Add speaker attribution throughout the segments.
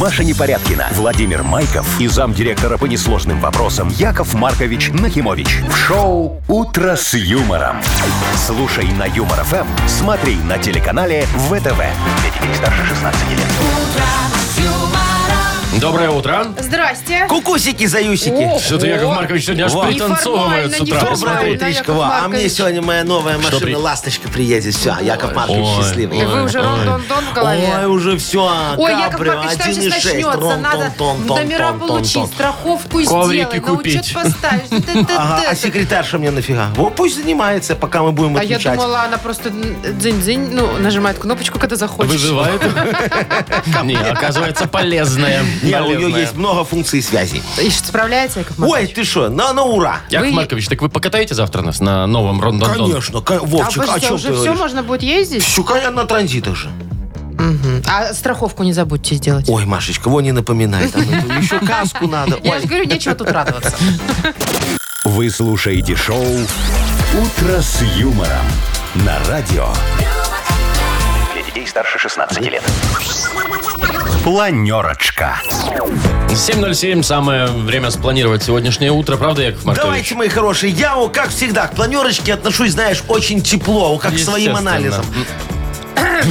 Speaker 1: Маша Непорядкина, Владимир Майков и замдиректора по несложным вопросам Яков Маркович Нахимович. В шоу «Утро с юмором». Слушай на Юмор ФМ, смотри на телеканале ВТВ. Для детей старше 16 лет.
Speaker 2: Доброе утро.
Speaker 3: Здрасте.
Speaker 4: Кукусики, заюсики.
Speaker 3: О,
Speaker 2: Что-то Яков
Speaker 3: о.
Speaker 2: Маркович сегодня аж
Speaker 4: Вот.
Speaker 2: пританцовывает с утра.
Speaker 3: Неформально,
Speaker 4: Доброе
Speaker 2: посмотри.
Speaker 3: неформально. да,
Speaker 4: утречко.
Speaker 3: Яков
Speaker 4: во. А
Speaker 3: Маркович.
Speaker 4: мне сегодня моя новая машина
Speaker 2: при-
Speaker 4: «Ласточка» приедет. Все, Яков Маркович
Speaker 2: Ой,
Speaker 4: счастливый.
Speaker 3: И вы уже рон-дон-дон в голове.
Speaker 4: Ой, уже все.
Speaker 3: Ой, Яков Маркович, там сейчас начнется. Надо номера получить, страховку
Speaker 2: Коврики
Speaker 3: сделать, на учет
Speaker 2: купить.
Speaker 3: поставить.
Speaker 4: Ага, а
Speaker 3: Т-т-т.
Speaker 4: секретарша мне нафига? Вот пусть занимается, пока мы будем
Speaker 3: А я
Speaker 4: отвечать.
Speaker 3: думала, она просто дзынь-дзынь, ну, нажимает кнопочку, когда захочешь.
Speaker 2: Вызывает. Не, оказывается, полезная.
Speaker 4: Не, а у нее
Speaker 2: Полезная.
Speaker 4: есть много функций связи.
Speaker 3: И что, справляется, Яков
Speaker 4: Ой,
Speaker 3: Маркович?
Speaker 4: ты что, на, на ура.
Speaker 2: Яков
Speaker 3: Вы-
Speaker 2: Маркович, так вы покатаете завтра нас на новом рондондон?
Speaker 4: Конечно,
Speaker 3: а
Speaker 4: ка- Вовчик,
Speaker 3: вы
Speaker 4: о
Speaker 3: что,
Speaker 4: чем
Speaker 3: уже
Speaker 4: ты
Speaker 3: все
Speaker 4: говоришь?
Speaker 3: можно будет ездить?
Speaker 4: Всю коня на транзитах же.
Speaker 3: Мгм. А страховку не забудьте сделать.
Speaker 4: Ой, Машечка, во не напоминай. там эту Еще каску надо.
Speaker 3: Я
Speaker 4: Ой.
Speaker 3: же говорю, нечего тут радоваться.
Speaker 1: Вы слушаете шоу «Утро с юмором» на радио. Для детей старше 16 лет. Планерочка.
Speaker 2: 7.07, самое время спланировать сегодняшнее утро, правда, Яков Маркович?
Speaker 4: Давайте, мои хорошие. Я, о, как всегда, к планерочке отношусь, знаешь, очень тепло, о, как к своим
Speaker 2: Естественно.
Speaker 4: анализам.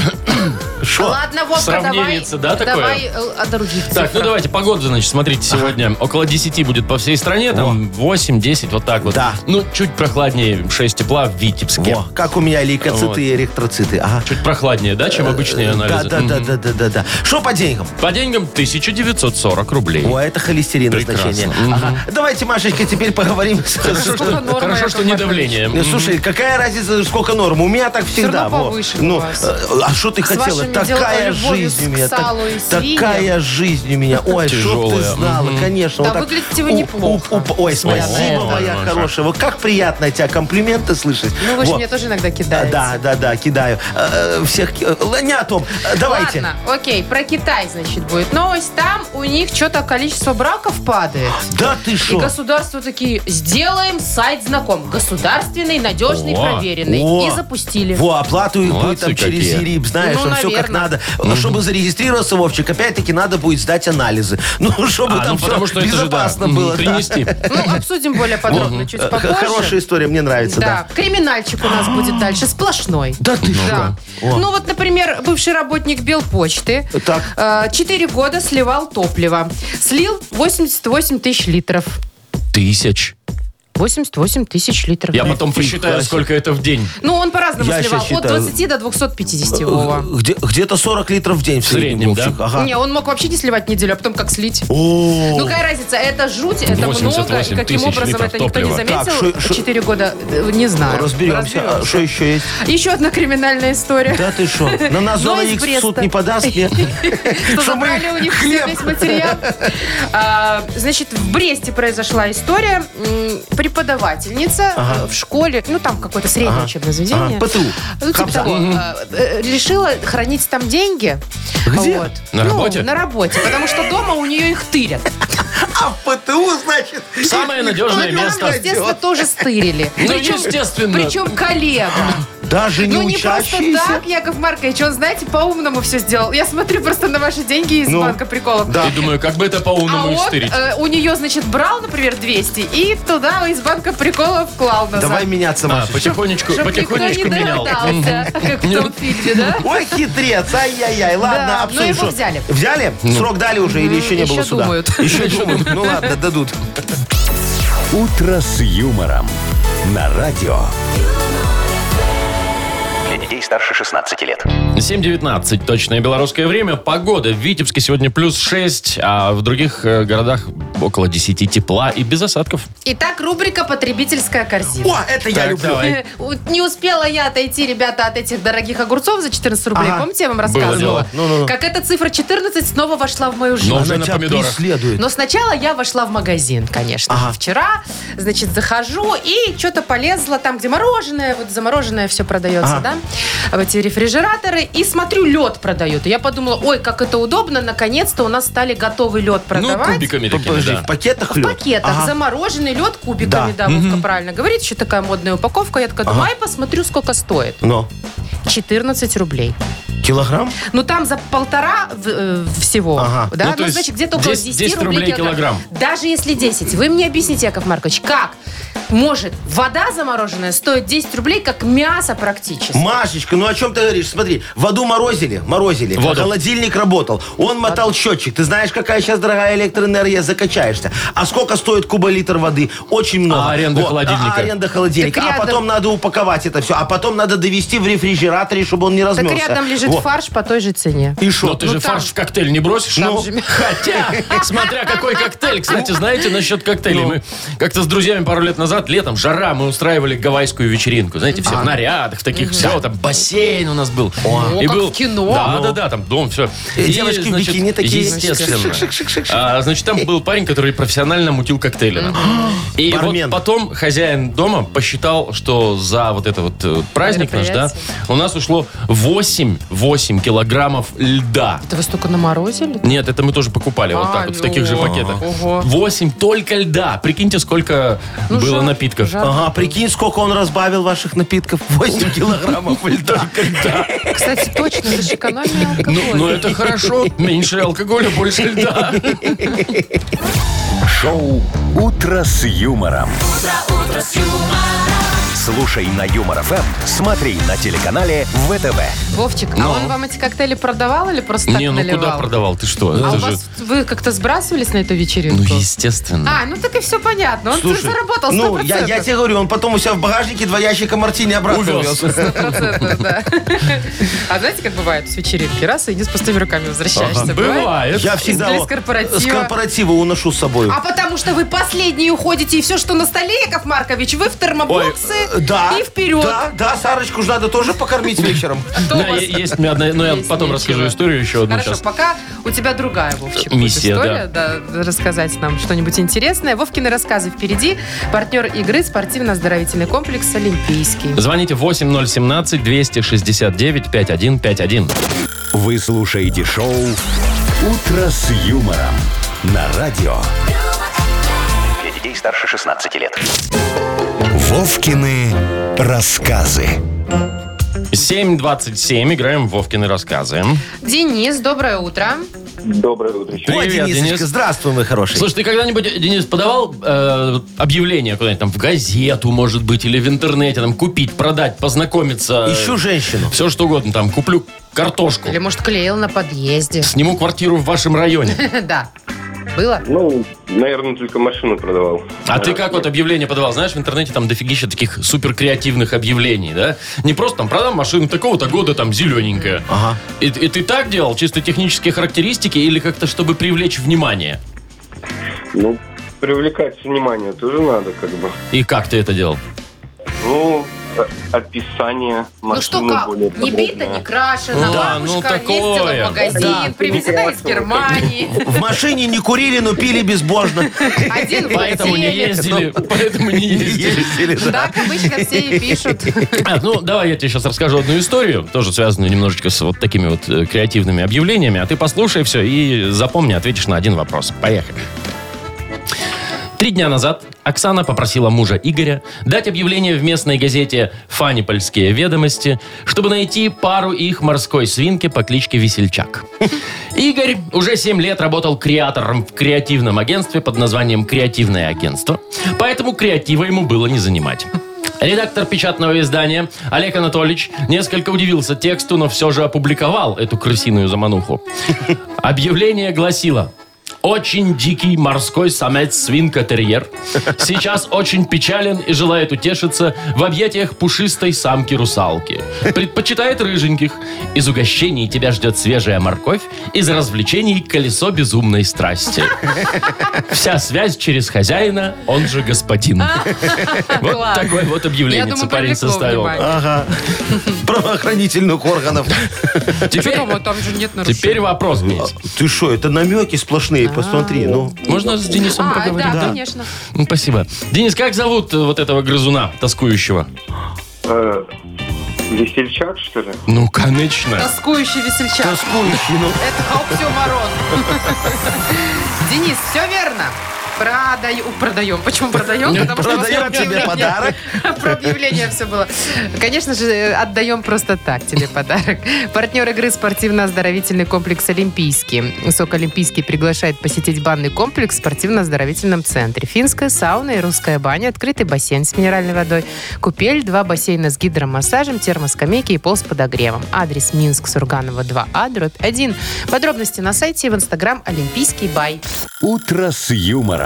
Speaker 4: Шо?
Speaker 3: Ладно, Вовка, давай.
Speaker 2: Сравнивается, да, такое?
Speaker 3: Давай э, о других
Speaker 2: Так, ну
Speaker 3: цифрах.
Speaker 2: давайте, погода, значит, смотрите, сегодня около 10 будет по всей стране, там 8-10, вот так вот.
Speaker 4: Да.
Speaker 2: Ну, чуть прохладнее, 6 тепла в Витебске.
Speaker 4: Во, как у меня лейкоциты
Speaker 2: Вот.
Speaker 4: и эритроциты. Ага. Э,
Speaker 2: Чуть прохладнее, да, чем обычные
Speaker 4: Да,
Speaker 2: анализы?
Speaker 4: да, да, да, да, да, да. Что по деньгам?
Speaker 2: По деньгам 1940 рублей.
Speaker 4: О, это холестерин
Speaker 2: Прекрасно.
Speaker 4: значение.
Speaker 2: Мгм.
Speaker 4: Ага. Давайте, Машечка, теперь поговорим.
Speaker 3: Что за норма,
Speaker 2: Хорошо,
Speaker 3: Яков
Speaker 2: что не
Speaker 3: Маркович?
Speaker 2: давление.
Speaker 4: Э, Слушай, какая разница, сколько норм? У меня так всегда.
Speaker 3: равно
Speaker 4: во.
Speaker 3: повыше у
Speaker 4: ну,
Speaker 3: вас.
Speaker 4: э, а что ты хотела?
Speaker 3: вашими
Speaker 4: Такая
Speaker 3: дел- любовью
Speaker 4: жизнь
Speaker 3: к
Speaker 4: у меня. так-
Speaker 3: салу и свиньям.
Speaker 4: такая жизнь у меня. Ой, чтоб ты
Speaker 2: Тяжелая.
Speaker 4: знала,
Speaker 3: Да
Speaker 4: конечно. вот так.
Speaker 3: выглядите вы
Speaker 4: У-
Speaker 3: неплохо.
Speaker 4: у- у- Ой,
Speaker 3: Спасибо,
Speaker 4: спасибо, моя
Speaker 2: Маша.
Speaker 4: хорошая. Вот как приятно от тебя комплименты слышать.
Speaker 3: Ну, вы же
Speaker 4: Вот.
Speaker 3: меня тоже иногда
Speaker 4: Да,
Speaker 3: кидаете.
Speaker 4: да, да, да, кидаю. Э, э, Всех... ки- э, л- Не о том. Э, Давайте.
Speaker 3: Ладно, окей, про Китай, значит, будет новость. Там у них что-то количество браков падает.
Speaker 4: Да ты
Speaker 3: И
Speaker 4: что?
Speaker 3: государство такие, сделаем сайт знаком. Государственный, надежный,
Speaker 2: О,
Speaker 3: проверенный.
Speaker 4: о.
Speaker 3: И запустили.
Speaker 4: Во, оплату их будет там
Speaker 2: Молодцы
Speaker 4: через
Speaker 2: какие.
Speaker 4: ЕРИП, знаешь,
Speaker 3: Ну,
Speaker 4: там все как
Speaker 3: наверно.
Speaker 4: надо. А Чтобы зарегистрироваться, Вовчик, опять-таки надо будет сдать анализы. Ну, чтобы
Speaker 2: А,
Speaker 4: там
Speaker 2: ну,
Speaker 4: все
Speaker 2: потому что это же, да,
Speaker 4: безопасно
Speaker 2: м,
Speaker 4: было. да.
Speaker 2: принести.
Speaker 3: Ну, обсудим более подробно чуть
Speaker 4: Э, х-
Speaker 3: попозже.
Speaker 4: Хорошая история, мне нравится,
Speaker 3: Да,
Speaker 4: да.
Speaker 3: криминальчик у нас будет дальше, сплошной.
Speaker 4: Да ты
Speaker 3: Да. Ну вот, например, бывший работник Белпочты
Speaker 4: Так.
Speaker 3: э, четыре года сливал топливо. Слил 88 тысяч литров.
Speaker 2: Тысяч.
Speaker 3: 88 тысяч литров.
Speaker 2: Я потом посчитаю, сколько это в день.
Speaker 3: Ну, он по-разному
Speaker 4: Я
Speaker 3: сливал.
Speaker 4: щас считаю.
Speaker 3: От 20 до 250, Вова.
Speaker 4: Э, Где, где-то 40 литров в день в
Speaker 2: среднем,
Speaker 4: среднем,
Speaker 2: да?
Speaker 4: Вовчик, ага.
Speaker 3: Не, он мог вообще не сливать неделю, а потом как слить.
Speaker 4: О,
Speaker 3: Ну, какая разница, это жуть, это
Speaker 2: 88
Speaker 3: много, и каким
Speaker 2: тысяч
Speaker 3: образом
Speaker 2: литров
Speaker 3: это никто не
Speaker 2: топлива.
Speaker 4: Так,
Speaker 3: заметил
Speaker 4: шо- шо-
Speaker 3: 4 года, э, не знаю.
Speaker 4: разберемся. А Что еще есть?
Speaker 3: Еще одна криминальная история.
Speaker 4: Да ты что? На нас
Speaker 3: Но
Speaker 4: зона
Speaker 3: Ну, из
Speaker 4: X в суд
Speaker 3: Бреста.
Speaker 4: не подаст? Нет.
Speaker 3: что
Speaker 4: Что мы
Speaker 3: забрали у них все весь материал. А, Значит, в Бресте произошла история. М, Преподавательница э, в школе, ну там какое-то среднее учебное заведение.
Speaker 4: Ага, А, ПТУ.
Speaker 3: Ну, типа
Speaker 4: Хабза.
Speaker 3: того, э, э, решила хранить там деньги.
Speaker 4: Где?
Speaker 3: Вот.
Speaker 2: На
Speaker 3: Ну,
Speaker 2: работе?
Speaker 3: На работе, потому что дома у нее их тырят.
Speaker 4: А в ПТУ, значит?
Speaker 2: Самое надежное
Speaker 3: Ну, там,
Speaker 2: место.
Speaker 3: естественно, тоже стырили.
Speaker 2: Ну,
Speaker 3: Причем-
Speaker 2: естественно.
Speaker 3: Причем коллега.
Speaker 4: Даже не
Speaker 3: Ну, не просто
Speaker 4: учащиеся?
Speaker 3: так, Яков Маркович, он, знаете, по-умному все сделал. Я смотрю просто на ваши деньги из
Speaker 4: Ну,
Speaker 3: банка приколов.
Speaker 4: да.
Speaker 2: И думаю, как бы это
Speaker 3: А
Speaker 2: по-умному
Speaker 3: он
Speaker 2: истырить.
Speaker 3: э, у нее, значит, брал, например, 200 и туда из банка приколов клал назад.
Speaker 4: Давай меняться,
Speaker 2: А,
Speaker 4: Машечка.
Speaker 2: потихонечку,
Speaker 3: Чтоб
Speaker 2: потихонечку
Speaker 3: никто не
Speaker 2: менял.
Speaker 3: догадался, как в том фильме, да?
Speaker 4: Ой, хитрец, ай-яй-яй.
Speaker 3: Да,
Speaker 4: Ладно,
Speaker 3: но
Speaker 4: обсудим.
Speaker 3: его
Speaker 4: что-
Speaker 3: взяли.
Speaker 4: Взяли?
Speaker 2: Ну.
Speaker 4: Срок дали уже или еще не
Speaker 3: еще
Speaker 4: было суда?
Speaker 3: думают.
Speaker 4: Еще думают. Ну ладно, дадут.
Speaker 1: «Утро с юмором» на радио.
Speaker 5: Для детей старше 16 лет.
Speaker 2: 7.19, точное белорусское время. Погода в Витебске сегодня плюс 6, а в других э, городах около 10 тепла и без осадков.
Speaker 3: Итак, рубрика «Потребительская корзина».
Speaker 4: О, это я
Speaker 2: Так,
Speaker 4: люблю.
Speaker 2: давай.
Speaker 3: Э, вот Не успела я отойти, ребята, от этих дорогих огурцов за 14 рублей.
Speaker 4: Ага.
Speaker 3: Помните, я вам
Speaker 2: дело.
Speaker 3: рассказывала?
Speaker 4: Ну-ну-ну.
Speaker 3: Как эта цифра 14 снова вошла в мою жизнь.
Speaker 2: Но уже
Speaker 4: Она
Speaker 2: на
Speaker 4: тебя
Speaker 2: помидорах. Ну,
Speaker 4: преследует.
Speaker 3: Но сначала я вошла в магазин, конечно.
Speaker 4: Ага.
Speaker 3: Вчера, значит, захожу и что-то полезла там, где мороженое, вот замороженное все продается,
Speaker 4: Ага.
Speaker 3: да, в эти рефрижераторы. И смотрю, лед продают. И я подумала, ой, как это удобно, наконец-то у нас стали готовый лед
Speaker 2: Ну,
Speaker 3: продавать.
Speaker 2: кубиками такими,
Speaker 4: Подожди,
Speaker 2: да.
Speaker 4: в пакетах
Speaker 3: В
Speaker 4: лед?
Speaker 3: пакетах
Speaker 4: Ага.
Speaker 3: замороженный лед кубиками, да,
Speaker 4: Да.
Speaker 3: Вовка правильно говорит, еще такая модная упаковка. Я такая, давай посмотрю, сколько стоит.
Speaker 4: Но.
Speaker 3: 14 рублей.
Speaker 4: Килограмм?
Speaker 3: Ну там за полтора в- э, всего.
Speaker 4: Ага.
Speaker 2: Ну,
Speaker 3: Да?
Speaker 2: то
Speaker 3: Ну,
Speaker 2: есть
Speaker 3: значит, где-то около
Speaker 2: 10
Speaker 3: 10,
Speaker 2: 10 рублей килограмм.
Speaker 3: Даже если 10. Вы мне объясните, Яков Маркович, как может вода замороженная стоит 10 рублей, как мясо практически?
Speaker 4: Машечка, ну о чем ты говоришь? Смотри, воду морозили, морозили,
Speaker 2: Воду.
Speaker 4: холодильник работал, он мотал счетчик. Ты знаешь, какая сейчас дорогая электроэнергия, закачаешься. А сколько стоит куболитр воды? Очень много.
Speaker 2: А аренда
Speaker 4: Вот,
Speaker 2: холодильника?
Speaker 4: А аренда холодильника.
Speaker 3: Так
Speaker 4: А
Speaker 3: рядом-
Speaker 4: потом надо упаковать это все. А потом надо довести в рефрижераторе, чтобы он не
Speaker 3: так
Speaker 4: размерся.
Speaker 3: рядом лежит
Speaker 4: Во.
Speaker 3: фарш по той же цене.
Speaker 4: И
Speaker 2: Но
Speaker 4: шо?
Speaker 2: ты
Speaker 3: Ну,
Speaker 2: же
Speaker 3: там-
Speaker 2: фарш в коктейль не бросишь.
Speaker 3: Там
Speaker 2: Ну,
Speaker 3: же мя-
Speaker 2: хотя, смотря какой коктейль. Кстати, знаете, насчет коктейлей. Мы как-то с друзьями пару лет назад, летом, жара, мы устраивали гавайскую вечеринку. Знаете, все в нарядах, в таких все. Там бассейн у нас был.
Speaker 3: О, как в кино.
Speaker 2: Да,
Speaker 3: Ну.
Speaker 2: да, да, там дом, все.
Speaker 4: И девочки в бикини такие.
Speaker 2: Естественно.
Speaker 4: Шик-шик-шик-шик-шик.
Speaker 2: А, Значит, там был парень, который профессионально мутил коктейли. нам. И вот
Speaker 4: Бармен.
Speaker 2: потом хозяин дома посчитал, что за вот это вот э, праздник наш, да,
Speaker 3: Мероприятие.
Speaker 2: у нас ушло 8, 8 килограммов льда.
Speaker 3: Это вы столько наморозили?
Speaker 2: Нет, это мы тоже покупали вот
Speaker 3: А,
Speaker 2: так вот, в
Speaker 3: ну.
Speaker 2: таких же пакетах.
Speaker 3: Ого.
Speaker 2: 8 только льда. Прикиньте, сколько
Speaker 3: Ну,
Speaker 2: было
Speaker 3: жар-
Speaker 2: напитков.
Speaker 3: жар-
Speaker 4: Ага, прикинь, сколько он разбавил ваших напитков. 8 килограммов льда.
Speaker 3: Кстати, точно, это же экономия
Speaker 2: Ну,
Speaker 3: алкоголя.
Speaker 2: ну, это хорошо. Меньше алкоголя, больше льда.
Speaker 1: Шоу «Утро с юмором». Слушай на Юмор ФМ, смотри на телеканале ВТВ.
Speaker 3: Вовчик, а он вам эти коктейли продавал или просто так
Speaker 2: ну. Не, ну
Speaker 3: наливал?
Speaker 2: куда продавал? Ты что?
Speaker 3: А
Speaker 2: Это
Speaker 3: у
Speaker 2: же...
Speaker 3: вас вы как-то сбрасывались на эту
Speaker 2: Ну,
Speaker 3: вечеринку?
Speaker 2: естественно.
Speaker 3: А, ну так и все понятно. Он
Speaker 4: Слушай,
Speaker 3: заработал 100%.
Speaker 4: ну, я, я тебе говорю, он потом у себя в багажнике два ящика мартини обратно
Speaker 2: Увез.
Speaker 4: увез.
Speaker 3: Процентов, да. А знаете, как бывает с вечеринки? Раз, и не с пустыми руками возвращаешься.
Speaker 2: Бывает.
Speaker 4: Я всегда
Speaker 3: Из
Speaker 4: вот
Speaker 3: корпоратива.
Speaker 4: с корпоратива уношу с собой.
Speaker 3: А потому что вы последние уходите, и все, что на столе, Яков Маркович, вы в термобоксы
Speaker 4: Э, Да.
Speaker 3: и вперед.
Speaker 4: Да, да, Сарочку ж надо тоже покормить вечером.
Speaker 3: Кто у
Speaker 2: Да, Ну,
Speaker 3: вас-
Speaker 2: е- есть у меня одна, но я
Speaker 3: Есть
Speaker 2: потом
Speaker 3: нечего.
Speaker 2: расскажу историю еще одну
Speaker 3: Хорошо,
Speaker 2: сейчас.
Speaker 3: пока у тебя другая, Вовчик, будет
Speaker 2: Миссия,
Speaker 3: история. Да. рассказать нам что-нибудь интересное. Вовкины рассказы впереди. Партнер игры спортивно-оздоровительный комплекс «Олимпийский».
Speaker 2: Звоните 8017-269-5151.
Speaker 1: Вы слушаете шоу «Утро с юмором» на радио.
Speaker 5: Для детей старше 16 лет.
Speaker 1: Вовкины рассказы.
Speaker 2: 7.27, играем в Вовкины рассказы.
Speaker 3: Денис, доброе утро.
Speaker 6: Доброе утро.
Speaker 4: Ой,
Speaker 2: Привет,
Speaker 4: Денисочка,
Speaker 2: Денис.
Speaker 4: здравствуй, мой хороший.
Speaker 2: Слушай, ты когда-нибудь, Денис, подавал э, объявление куда-нибудь там в газету, может быть, или в интернете, там, купить, продать, познакомиться?
Speaker 4: Ищу женщину.
Speaker 2: Все что угодно, там, куплю картошку,
Speaker 3: Или, может, клеил на подъезде.
Speaker 2: сниму квартиру в вашем районе.
Speaker 3: Да. Было?
Speaker 6: Ну, наверное, только машину продавал.
Speaker 2: А ты как вот объявление подавал? Знаешь, в интернете там дофигища таких супер креативных объявлений, да? Не просто там продам машину такого-то года, там, зелененькая.
Speaker 4: Ага.
Speaker 2: И, и ты так делал? Чисто технические характеристики или как-то, чтобы привлечь внимание?
Speaker 6: Ну, привлекать внимание тоже надо, как бы.
Speaker 2: И как ты это делал?
Speaker 6: Ну, о- описание
Speaker 3: Ну что,
Speaker 6: машины
Speaker 3: как?
Speaker 6: более
Speaker 3: Не бита, не
Speaker 6: подробное.
Speaker 3: крашена,
Speaker 2: Да, ну,
Speaker 3: бабушка ездила
Speaker 2: такое.
Speaker 3: в магазин,
Speaker 2: Да.
Speaker 3: привезена из Германии.
Speaker 4: В машине не курили, но пили безбожно.
Speaker 3: Один в
Speaker 2: Поэтому не
Speaker 3: отеле.
Speaker 2: ездили, поэтому не ездили.
Speaker 4: Ездили, да.
Speaker 3: Так обычно все и пишут.
Speaker 2: А, ну, давай я тебе сейчас расскажу одну историю, тоже связанную немножечко с вот такими вот э, креативными объявлениями. А ты послушай все и запомни, ответишь на один вопрос. Поехали. Три дня назад Оксана попросила мужа Игоря дать объявление в местной газете «Фанипольские ведомости», чтобы найти пару их морской свинки по кличке Весельчак. Игорь уже 7 лет работал креатором в креативном агентстве под названием «Креативное агентство», поэтому креатива ему было не занимать. Редактор печатного издания Олег Анатольевич несколько удивился тексту, но все же опубликовал эту крысиную замануху. Объявление гласило очень дикий морской самец-свинка-терьер. Сейчас очень печален и желает утешиться в объятиях пушистой самки-русалки. Предпочитает рыженьких. Из угощений тебя ждет свежая морковь. Из развлечений колесо безумной страсти. Вся связь через хозяина, он же господин. Вот
Speaker 3: А, Класс.
Speaker 2: такое вот
Speaker 3: Я
Speaker 2: объявление
Speaker 3: думаю,
Speaker 2: парень
Speaker 3: привлекло
Speaker 2: составил.
Speaker 3: внимание. А
Speaker 4: Ага. Правоохранительных органов.
Speaker 2: Теперь,
Speaker 3: Дома там же нет нарушений.
Speaker 2: теперь вопрос, Денис.
Speaker 4: Ты что, это намеки сплошные, посмотри. Ну,
Speaker 2: Можно с Денисом
Speaker 3: А,
Speaker 2: поговорить?
Speaker 3: да,
Speaker 4: да.
Speaker 3: конечно.
Speaker 2: Ну, Спасибо. Денис, как зовут э, вот этого грызуна тоскующего?
Speaker 6: Э, Весельчак, что ли?
Speaker 2: Ну, конечно.
Speaker 3: Тоскующий весельчак.
Speaker 4: тоскующий, ну.
Speaker 3: Это Оптиомарон. Денис, все верно. Продаем. Продаем. Почему продаем? Потому что у вас
Speaker 4: Продаем
Speaker 3: про
Speaker 4: тебе
Speaker 3: объявление-
Speaker 4: подарок.
Speaker 3: Про объявление все было. Конечно же, э, отдаем просто так тебе подарок. Партнер игры спортивно-оздоровительный комплекс «Олимпийский». Сок «Олимпийский» приглашает посетить банный комплекс в спортивно-оздоровительном центре. Финская сауна и русская баня, открытый бассейн с минеральной водой, купель, два бассейна с гидромассажем, термоскамейки и пол с подогревом. Адрес Минск, Сурганова 2А, дробь 1. Подробности на сайте и в инстаграм «Олимпийский бай».
Speaker 1: «Утро с юмором».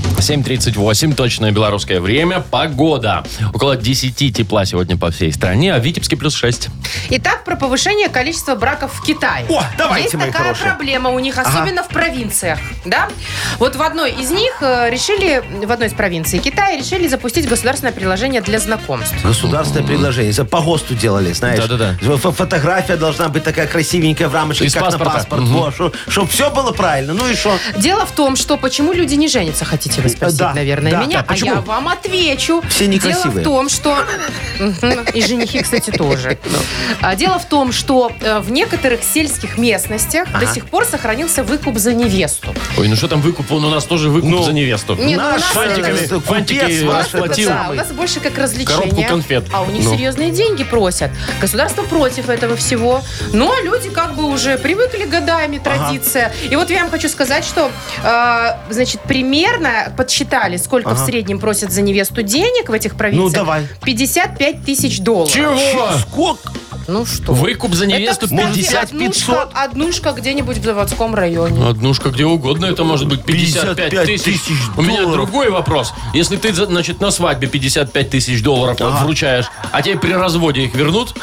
Speaker 2: 7.38, точное белорусское время, погода. Около 10 тепла сегодня по всей стране, а в Витебске плюс 6.
Speaker 3: Итак, про повышение количества браков в Китае.
Speaker 4: О, давайте,
Speaker 3: Есть
Speaker 4: мои
Speaker 3: такая
Speaker 4: хорошие.
Speaker 3: проблема у них, особенно в провинциях, да? Вот в одной из них э, решили, в одной из провинций Китая решили запустить государственное приложение для знакомств.
Speaker 4: Государственное предложение. За- По ГОСТу делали, знаешь.
Speaker 2: Да-да-да.
Speaker 4: Фо- Фотография должна быть такая красивенькая в рамочке,
Speaker 2: Из
Speaker 4: как
Speaker 2: паспорта.
Speaker 4: на паспорт.
Speaker 2: Мгм.
Speaker 4: чтобы все было правильно. Ну и что?
Speaker 3: Дело в том, что почему люди не женятся, хотите вы спросить,
Speaker 4: Да,
Speaker 3: наверное,
Speaker 4: да,
Speaker 3: меня,
Speaker 4: да,
Speaker 3: а
Speaker 4: почему?
Speaker 3: я вам отвечу.
Speaker 4: Все некрасивые.
Speaker 3: Дело в том, что... Мгм, И женихи, кстати, тоже. А, Дело в том, что э, в некоторых сельских местностях до сих пор сохранился выкуп за невесту.
Speaker 2: Ой, ну что там выкуп? Он у нас тоже выкуп за невесту.
Speaker 3: Нет, ну, у нас
Speaker 2: фантиками,
Speaker 4: э, купец
Speaker 2: фантики
Speaker 4: ваш
Speaker 3: Это
Speaker 2: расплатил.
Speaker 4: этот
Speaker 3: да, у нас больше как развлечение.
Speaker 2: Коробку конфет.
Speaker 3: А у них
Speaker 2: Ну.
Speaker 3: серьезные деньги просят. Государство против этого всего. Но люди как бы уже привыкли годами, традиция. И вот я вам хочу сказать, что, э, значит, примерно подсчитали, сколько в среднем просят за невесту денег в этих провинциях.
Speaker 4: Ну, давай.
Speaker 3: 55 тысяч долларов.
Speaker 2: Чего?
Speaker 4: Сколько?
Speaker 3: Ну что?
Speaker 2: Выкуп за невесту
Speaker 3: Это, кстати,
Speaker 2: 50.
Speaker 4: 50-500.
Speaker 3: однушка, однушка где-нибудь в заводском районе.
Speaker 2: Ну, Однушка где угодно, это может быть 55,
Speaker 4: 55
Speaker 2: тысяч.
Speaker 4: тысяч
Speaker 2: У меня
Speaker 4: долларов.
Speaker 2: другой вопрос. Если ты, за- значит, на свадьбе 55 тысяч долларов вручаешь, а тебе при разводе их вернут?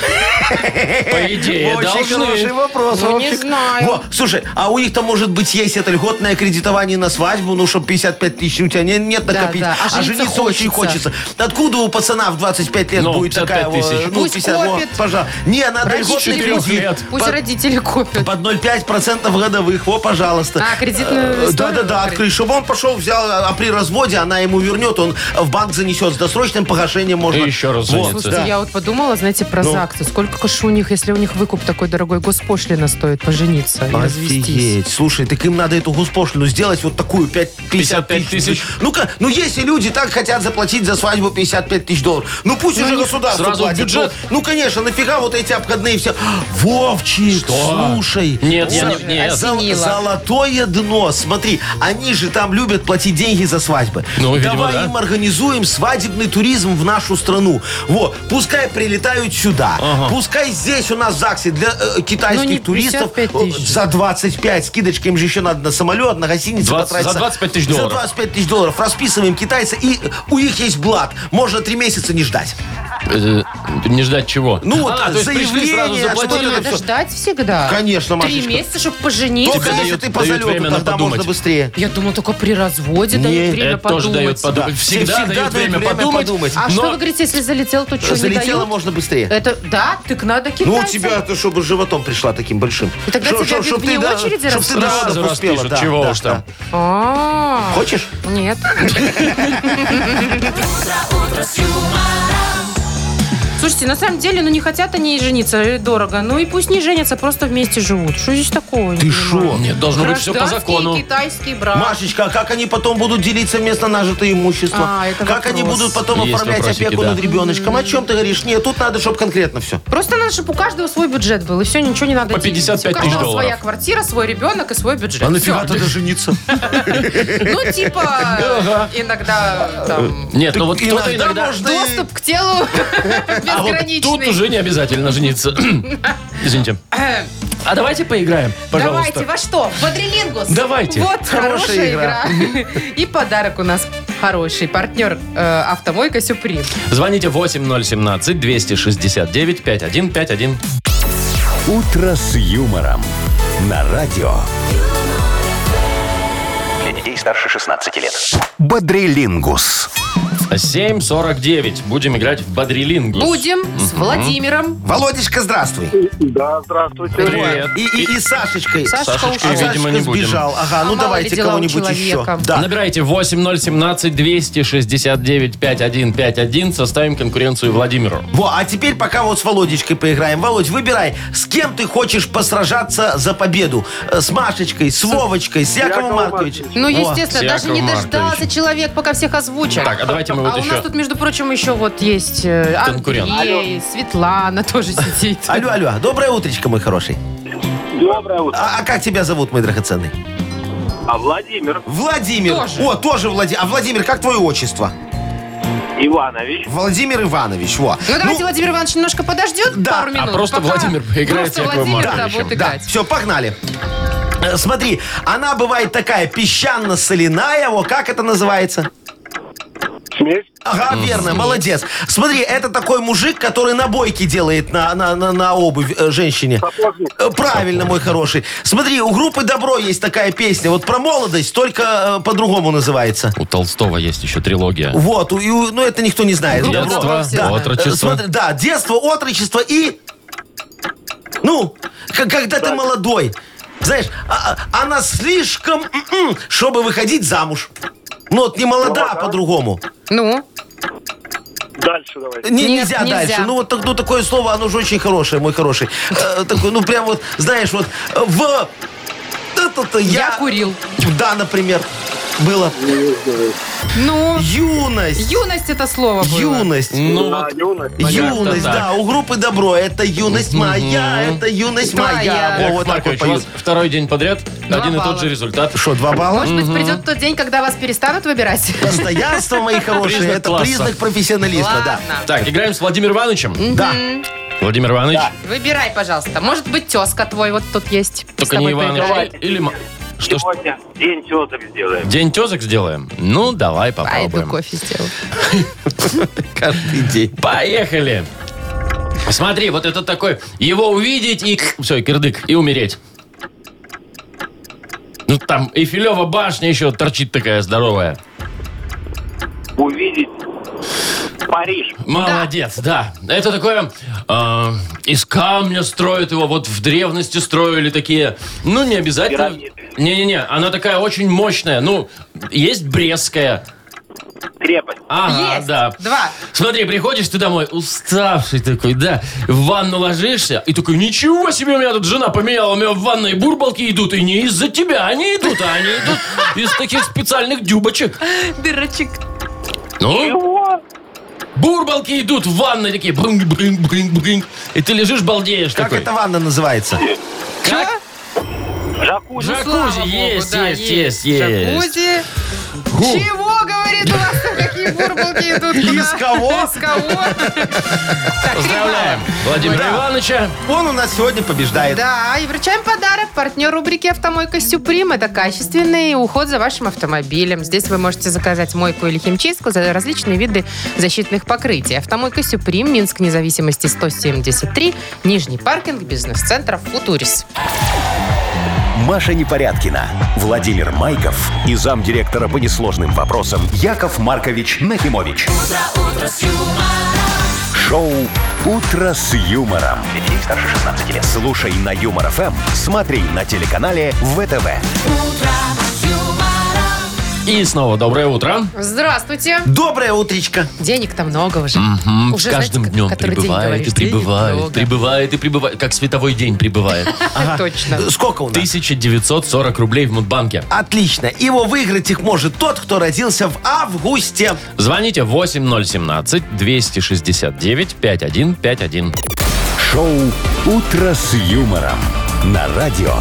Speaker 2: По идее,
Speaker 4: Очень хороший
Speaker 2: должны.
Speaker 4: вопрос,
Speaker 3: Ну, не
Speaker 4: Вовчик.
Speaker 3: знаю.
Speaker 4: Во, слушай, а у них там, может быть, есть это льготное кредитование на свадьбу, ну, чтобы 55 тысяч у тебя не- нет
Speaker 3: Да,
Speaker 4: накопить,
Speaker 3: да, а
Speaker 4: а,
Speaker 3: жениться
Speaker 4: жениться очень
Speaker 3: хочется.
Speaker 4: хочется. Откуда у пацана в 25 лет
Speaker 2: Ну,
Speaker 4: будет
Speaker 2: 55
Speaker 4: такая... вот,
Speaker 2: тысяч.
Speaker 4: Ну,
Speaker 3: Пусть
Speaker 4: 50, вот,
Speaker 3: копит.
Speaker 4: пожалуйста. Не, надо
Speaker 2: Раньше
Speaker 4: льготный
Speaker 2: четырех
Speaker 4: кредит.
Speaker 2: лет.
Speaker 3: Пусть
Speaker 4: Под-
Speaker 3: родители купят.
Speaker 4: Под 0,5% годовых, во, пожалуйста.
Speaker 3: А, кредитную
Speaker 4: Э,
Speaker 3: историю
Speaker 4: Да-да-да,
Speaker 3: открыть?
Speaker 4: открыть, чтобы он пошел, взял, а при разводе она ему вернет, он в банк занесет с досрочным погашением можно.
Speaker 2: И еще раз
Speaker 4: Вот,
Speaker 2: женится.
Speaker 4: Ну, да. Ну.
Speaker 3: Слушайте, я вот подумала, знаете, про ЗАГСы. Сколько же у них, если у них выкуп такой дорогой, госпошлина стоит пожениться и развестись?
Speaker 4: Офигеть. Слушай, так им надо эту госпошлину сделать вот такую, пять-
Speaker 2: 55
Speaker 4: 55
Speaker 2: тысяч.
Speaker 4: тысяч. Ну-ка, ну если люди так хотят заплатить за свадьбу 55 тысяч долларов, ну пусть уже государство
Speaker 2: сразу в
Speaker 4: платит.
Speaker 2: бюджет.
Speaker 4: Ну, ну, конечно, нафига вот эти обходные все. Вовчик,
Speaker 2: Что?
Speaker 4: слушай.
Speaker 2: Нет,
Speaker 4: за-
Speaker 2: нет, нет.
Speaker 4: за-
Speaker 3: Осенило.
Speaker 4: Золотое дно. Смотри, они же там любят платить деньги за свадьбы.
Speaker 2: Ну, видимо,
Speaker 4: Давай
Speaker 2: да.
Speaker 4: им организуем свадебный туризм в нашу страну. Вот, пускай прилетают сюда. Пускай здесь у нас в ЗАГСе для э, китайских
Speaker 3: Ну, не
Speaker 4: туристов
Speaker 3: 55 тысяч.
Speaker 4: э, за 25 скидочка, им же еще надо на самолет, на гостиницу
Speaker 2: 20 за 25 тысяч долларов.
Speaker 4: За 25 тысяч долларов. Расписываем китайца, и у них есть блат. Можно три месяца не ждать.
Speaker 2: Э, Не ждать чего?
Speaker 4: Ну вот,
Speaker 2: А, то есть пришли, сразу
Speaker 4: заявление,
Speaker 2: заплатили.
Speaker 4: что-то
Speaker 3: Надо
Speaker 4: всё.
Speaker 3: ждать всегда.
Speaker 4: Конечно,
Speaker 3: Три
Speaker 4: Машечка.
Speaker 3: месяца, чтобы пожениться.
Speaker 4: Только
Speaker 2: дают-
Speaker 4: если ты по
Speaker 2: дают
Speaker 4: залету,
Speaker 2: время на
Speaker 4: тогда
Speaker 2: подумать.
Speaker 4: можно быстрее.
Speaker 3: Я думала, только при разводе
Speaker 4: Не,
Speaker 3: дают время
Speaker 2: Это тоже дает
Speaker 3: подумать.
Speaker 2: подумать.
Speaker 4: Да.
Speaker 2: Всегда,
Speaker 4: Всегда
Speaker 2: дает
Speaker 4: дают
Speaker 2: время
Speaker 4: время
Speaker 2: подумать.
Speaker 4: подумать.
Speaker 3: А
Speaker 2: но-
Speaker 3: что вы говорите, если залетел, то что, не
Speaker 4: Залетело
Speaker 3: дают?
Speaker 4: можно быстрее.
Speaker 3: Это, да, так надо китайцам.
Speaker 4: Ну, у тебя, то, чтобы с животом пришла таким большим.
Speaker 3: И Ну, тогда тебя в
Speaker 4: чтоб
Speaker 3: вне
Speaker 4: ты, да,
Speaker 3: очереди
Speaker 4: чтоб ты до
Speaker 3: распишут.
Speaker 4: родов
Speaker 2: Сразу
Speaker 4: успела,
Speaker 2: распишут,
Speaker 4: да,
Speaker 2: чего
Speaker 4: да,
Speaker 2: уж там.
Speaker 4: да.
Speaker 3: А,
Speaker 4: Хочешь?
Speaker 3: Нет. Слушайте, на самом деле, ну не хотят они и жениться, и дорого. Ну и пусть не женятся, просто вместе живут. Что здесь такого?
Speaker 4: Ты ну, шо?
Speaker 2: Нет, должно быть все по закону.
Speaker 3: китайский брак.
Speaker 4: Машечка, а как они потом будут делиться вместо нажитое имущество?
Speaker 3: А, это
Speaker 4: как
Speaker 3: вопрос.
Speaker 4: они будут потом
Speaker 2: Есть
Speaker 4: оформлять
Speaker 2: вопросики,
Speaker 4: опеку
Speaker 2: да.
Speaker 4: над ребеночком? О чем ты говоришь? Нет, тут надо, чтобы конкретно все.
Speaker 3: Просто надо, чтобы у каждого свой бюджет был, и все, ничего не надо
Speaker 2: По
Speaker 3: делить.
Speaker 2: 55
Speaker 3: У каждого
Speaker 2: тысяч долларов. А
Speaker 3: своя квартира, свой ребенок и свой бюджет. Всё.
Speaker 4: тогда жениться?
Speaker 3: Ну, типа, иногда там,
Speaker 2: Нет, ну вот кто-то
Speaker 4: иногда
Speaker 2: иногда...
Speaker 4: можно и-
Speaker 3: доступ к телу
Speaker 2: А вот тут
Speaker 3: безграничный.
Speaker 2: уже не обязательно жениться. Извините. А давайте поиграем, пожалуйста.
Speaker 3: Давайте, во что? В Бодрилингус.
Speaker 2: Давайте.
Speaker 3: Вот хорошая
Speaker 4: Хорошая
Speaker 3: игра. И подарок у нас хороший. Партнер э, «Автомойка Сюприм».
Speaker 2: Звоните 8017-269-5151.
Speaker 1: «Утро с юмором». На радио.
Speaker 5: Для детей старше 16 лет.
Speaker 1: Бодрилингус.
Speaker 2: 7.49. Будем играть в бодрилингус.
Speaker 3: Будем с Владимиром.
Speaker 4: Володечка, здравствуй.
Speaker 6: Да, здравствуйте.
Speaker 2: Привет.
Speaker 4: И, и, и Сашечкой.
Speaker 3: Сашечка
Speaker 2: Сашечкой,
Speaker 3: ушел.
Speaker 4: Сашечка
Speaker 2: видимо, не будем.
Speaker 4: сбежал. Ага,
Speaker 3: А
Speaker 4: ну
Speaker 3: мало ли
Speaker 4: давайте
Speaker 3: дела у
Speaker 4: кого-нибудь еще.
Speaker 3: человека.
Speaker 4: Да.
Speaker 2: Набирайте 8017-269-5151. Составим конкуренцию Владимиру.
Speaker 4: Во, а теперь пока вот с Володечкой поиграем. Володь, выбирай, с кем ты хочешь посражаться за победу. Э, С Машечкой, с Вовочкой, с Яковом
Speaker 6: Яковом
Speaker 4: Марковичем.
Speaker 3: Ну,
Speaker 4: Во.
Speaker 3: естественно, даже не
Speaker 2: Яков Маркович.
Speaker 3: дождался человек, пока всех озвучат.
Speaker 2: Так, а давайте мы вот
Speaker 3: А у
Speaker 2: еще...
Speaker 3: нас тут, между прочим, еще вот есть э,
Speaker 2: Конкурент.
Speaker 3: Андрей, Светлана тоже сидит.
Speaker 4: Алло, алло, доброе утречко, мой хороший.
Speaker 6: Доброе утро.
Speaker 4: А, а как тебя зовут, мой драгоценный?
Speaker 6: А Владимир
Speaker 4: Владимир.
Speaker 3: Тоже.
Speaker 4: О, тоже Владимир. А Владимир, как твое отчество?
Speaker 6: Иванович.
Speaker 4: Владимир Иванович, во.
Speaker 3: Ну, давайте Владимир Иванович немножко подождет
Speaker 4: да,
Speaker 3: пару
Speaker 4: а
Speaker 3: минут.
Speaker 2: просто
Speaker 3: пока
Speaker 2: Владимир поиграет с
Speaker 3: Просто
Speaker 2: Яковом
Speaker 3: Владимир да,
Speaker 2: Марковичем.
Speaker 3: будет
Speaker 4: Да,
Speaker 3: играть.
Speaker 4: все, погнали. Э, Смотри, она бывает такая песчано-соляная, во, как это называется?
Speaker 6: Смесь.
Speaker 4: Ага, верно, молодец. Смотри, это такой мужик, который набойки делает на, на, на, на обувь э, женщине.
Speaker 6: Сапожник.
Speaker 4: Э, Правильно, мой хороший. Смотри, у группы Добро есть такая песня. Вот про молодость, только э, по-другому называется.
Speaker 2: У Толстого есть еще трилогия.
Speaker 4: Вот, у- и у- ну это никто не знает.
Speaker 3: Группа
Speaker 4: Добро.
Speaker 2: Детство,
Speaker 3: Добро, да.
Speaker 4: Э,
Speaker 2: отрочество.
Speaker 4: Смотри, да, детство, отрочество и... Ну, к- когда ты молодой. Знаешь, а- а- она слишком, м-м, чтобы выходить замуж. Ну, вот не молода, а по-другому.
Speaker 3: Ну,
Speaker 6: Дальше давайте.
Speaker 4: Не-
Speaker 3: Нет,
Speaker 4: нельзя,
Speaker 3: нельзя.
Speaker 4: дальше. Ну, вот так- ну, такое слово, оно же очень хорошее, мой хороший. Э, такое, ну, прям вот, знаешь, вот э, в... Та-та-та,
Speaker 3: я курил.
Speaker 4: Да, например, было.
Speaker 3: Ну,
Speaker 4: Юность.
Speaker 3: юность это слово было.
Speaker 4: Юность.
Speaker 2: Ну
Speaker 6: Да,
Speaker 2: вот,
Speaker 6: юность.
Speaker 2: Понятно,
Speaker 4: юность,
Speaker 2: так.
Speaker 4: да, у группы Добро. Это юность моя, это юность
Speaker 3: Твоя.
Speaker 4: моя.
Speaker 2: Яков
Speaker 4: Во, вот так вот
Speaker 2: Маркович, у вас
Speaker 4: поют.
Speaker 2: второй день подряд
Speaker 3: Два
Speaker 2: один и тот
Speaker 3: балла.
Speaker 2: же результат.
Speaker 4: Что, два балла?
Speaker 3: А Может быть, придет тот день, когда вас перестанут выбирать?
Speaker 4: Постоянство, мои хорошие,
Speaker 2: Признак
Speaker 4: это
Speaker 2: класса.
Speaker 4: признак профессионализма, да.
Speaker 3: Ладно.
Speaker 2: Так, играем с Владимиром Ивановичем.
Speaker 4: Да.
Speaker 2: Владимир Иванович,
Speaker 3: Выбирай, пожалуйста. Может быть, тезка твой вот тут есть. С
Speaker 2: только не
Speaker 3: тобой
Speaker 2: Иванович.
Speaker 3: поиграет.
Speaker 2: Или м- что ж,
Speaker 6: Сегодня день теток сделаем.
Speaker 2: день тезок сделаем? Ну, давай
Speaker 3: Пойду
Speaker 2: попробуем.
Speaker 3: А, кофе сделаю.
Speaker 4: Каждый день.
Speaker 2: Поехали. Смотри, вот это такой, его увидеть и... Все, кирдык, и умереть. Ну, там Эйфелева башня еще торчит такая здоровая.
Speaker 6: Увидеть Париж.
Speaker 2: Молодец, да. Это такое... э, из камня строят его. Вот в древности строили такие... Ну, не обязательно...
Speaker 6: Пирамиды.
Speaker 2: Не-не-не, она такая очень мощная. Ну, есть брестская.
Speaker 6: Крепость.
Speaker 2: Ага,
Speaker 3: Есть.
Speaker 2: да.
Speaker 3: Два.
Speaker 2: Смотри, приходишь ты домой, уставший такой, да, в ванну ложишься, и такой, ничего себе, у меня тут жена поменяла, у меня в ванной бурбалки идут, и не из-за тебя они идут, а они идут из таких специальных дюбочек.
Speaker 3: Дырочек.
Speaker 2: Ну,
Speaker 6: Чего?
Speaker 2: бурбалки идут в ванной такие, брынг, брынг, брынг, брынг, и ты лежишь, балдеешь
Speaker 4: Как
Speaker 2: такой.
Speaker 4: эта ванна называется?
Speaker 2: Как?
Speaker 6: Жакузи.
Speaker 2: Жакузи,
Speaker 3: ну, Слава богу,
Speaker 2: есть,
Speaker 3: да,
Speaker 2: есть, есть, есть.
Speaker 3: Джакузи. Чего, говорит у вас, там какие бурбалки идут?
Speaker 4: Из
Speaker 3: куда?
Speaker 4: кого?
Speaker 3: Из кого? Так,
Speaker 2: Поздравляем
Speaker 3: Кремов.
Speaker 2: Владимира Ивановича.
Speaker 4: Он у нас сегодня побеждает.
Speaker 3: Да, А, и вручаем подарок партнер рубрики «Автомойка Сюприм». Это качественный уход за вашим автомобилем. Здесь вы можете заказать мойку или химчистку за различные виды защитных покрытий. «Автомойка Сюприм», Минск, независимости 173, Нижний паркинг, бизнес-центр «Футурис».
Speaker 1: Маша Непорядкина, Владимир Майков и замдиректора по несложным вопросам Яков Маркович Нахимович. Шоу Утро с юмором. Для детей старше 16 лет. Слушай на юмор ФМ, смотри на телеканале ВТВ.
Speaker 2: И снова доброе утро.
Speaker 3: Здравствуйте.
Speaker 4: Доброе утречко.
Speaker 3: Денег-то много уже.
Speaker 2: М,
Speaker 3: Уже,
Speaker 2: с каждым
Speaker 3: знаете,
Speaker 2: днем
Speaker 3: который день
Speaker 2: прибывает и
Speaker 3: говоришь, денег
Speaker 2: прибывает,
Speaker 3: много.
Speaker 2: прибывает и прибывает, как световой день прибывает.
Speaker 3: Точно.
Speaker 4: Э, Сколько у нас?
Speaker 2: 1940 рублей в Мудбанке.
Speaker 4: Отлично. Его выиграть их может тот, кто родился в августе.
Speaker 2: Звоните 8017-269-5151.
Speaker 1: Шоу Утро с юмором на радио.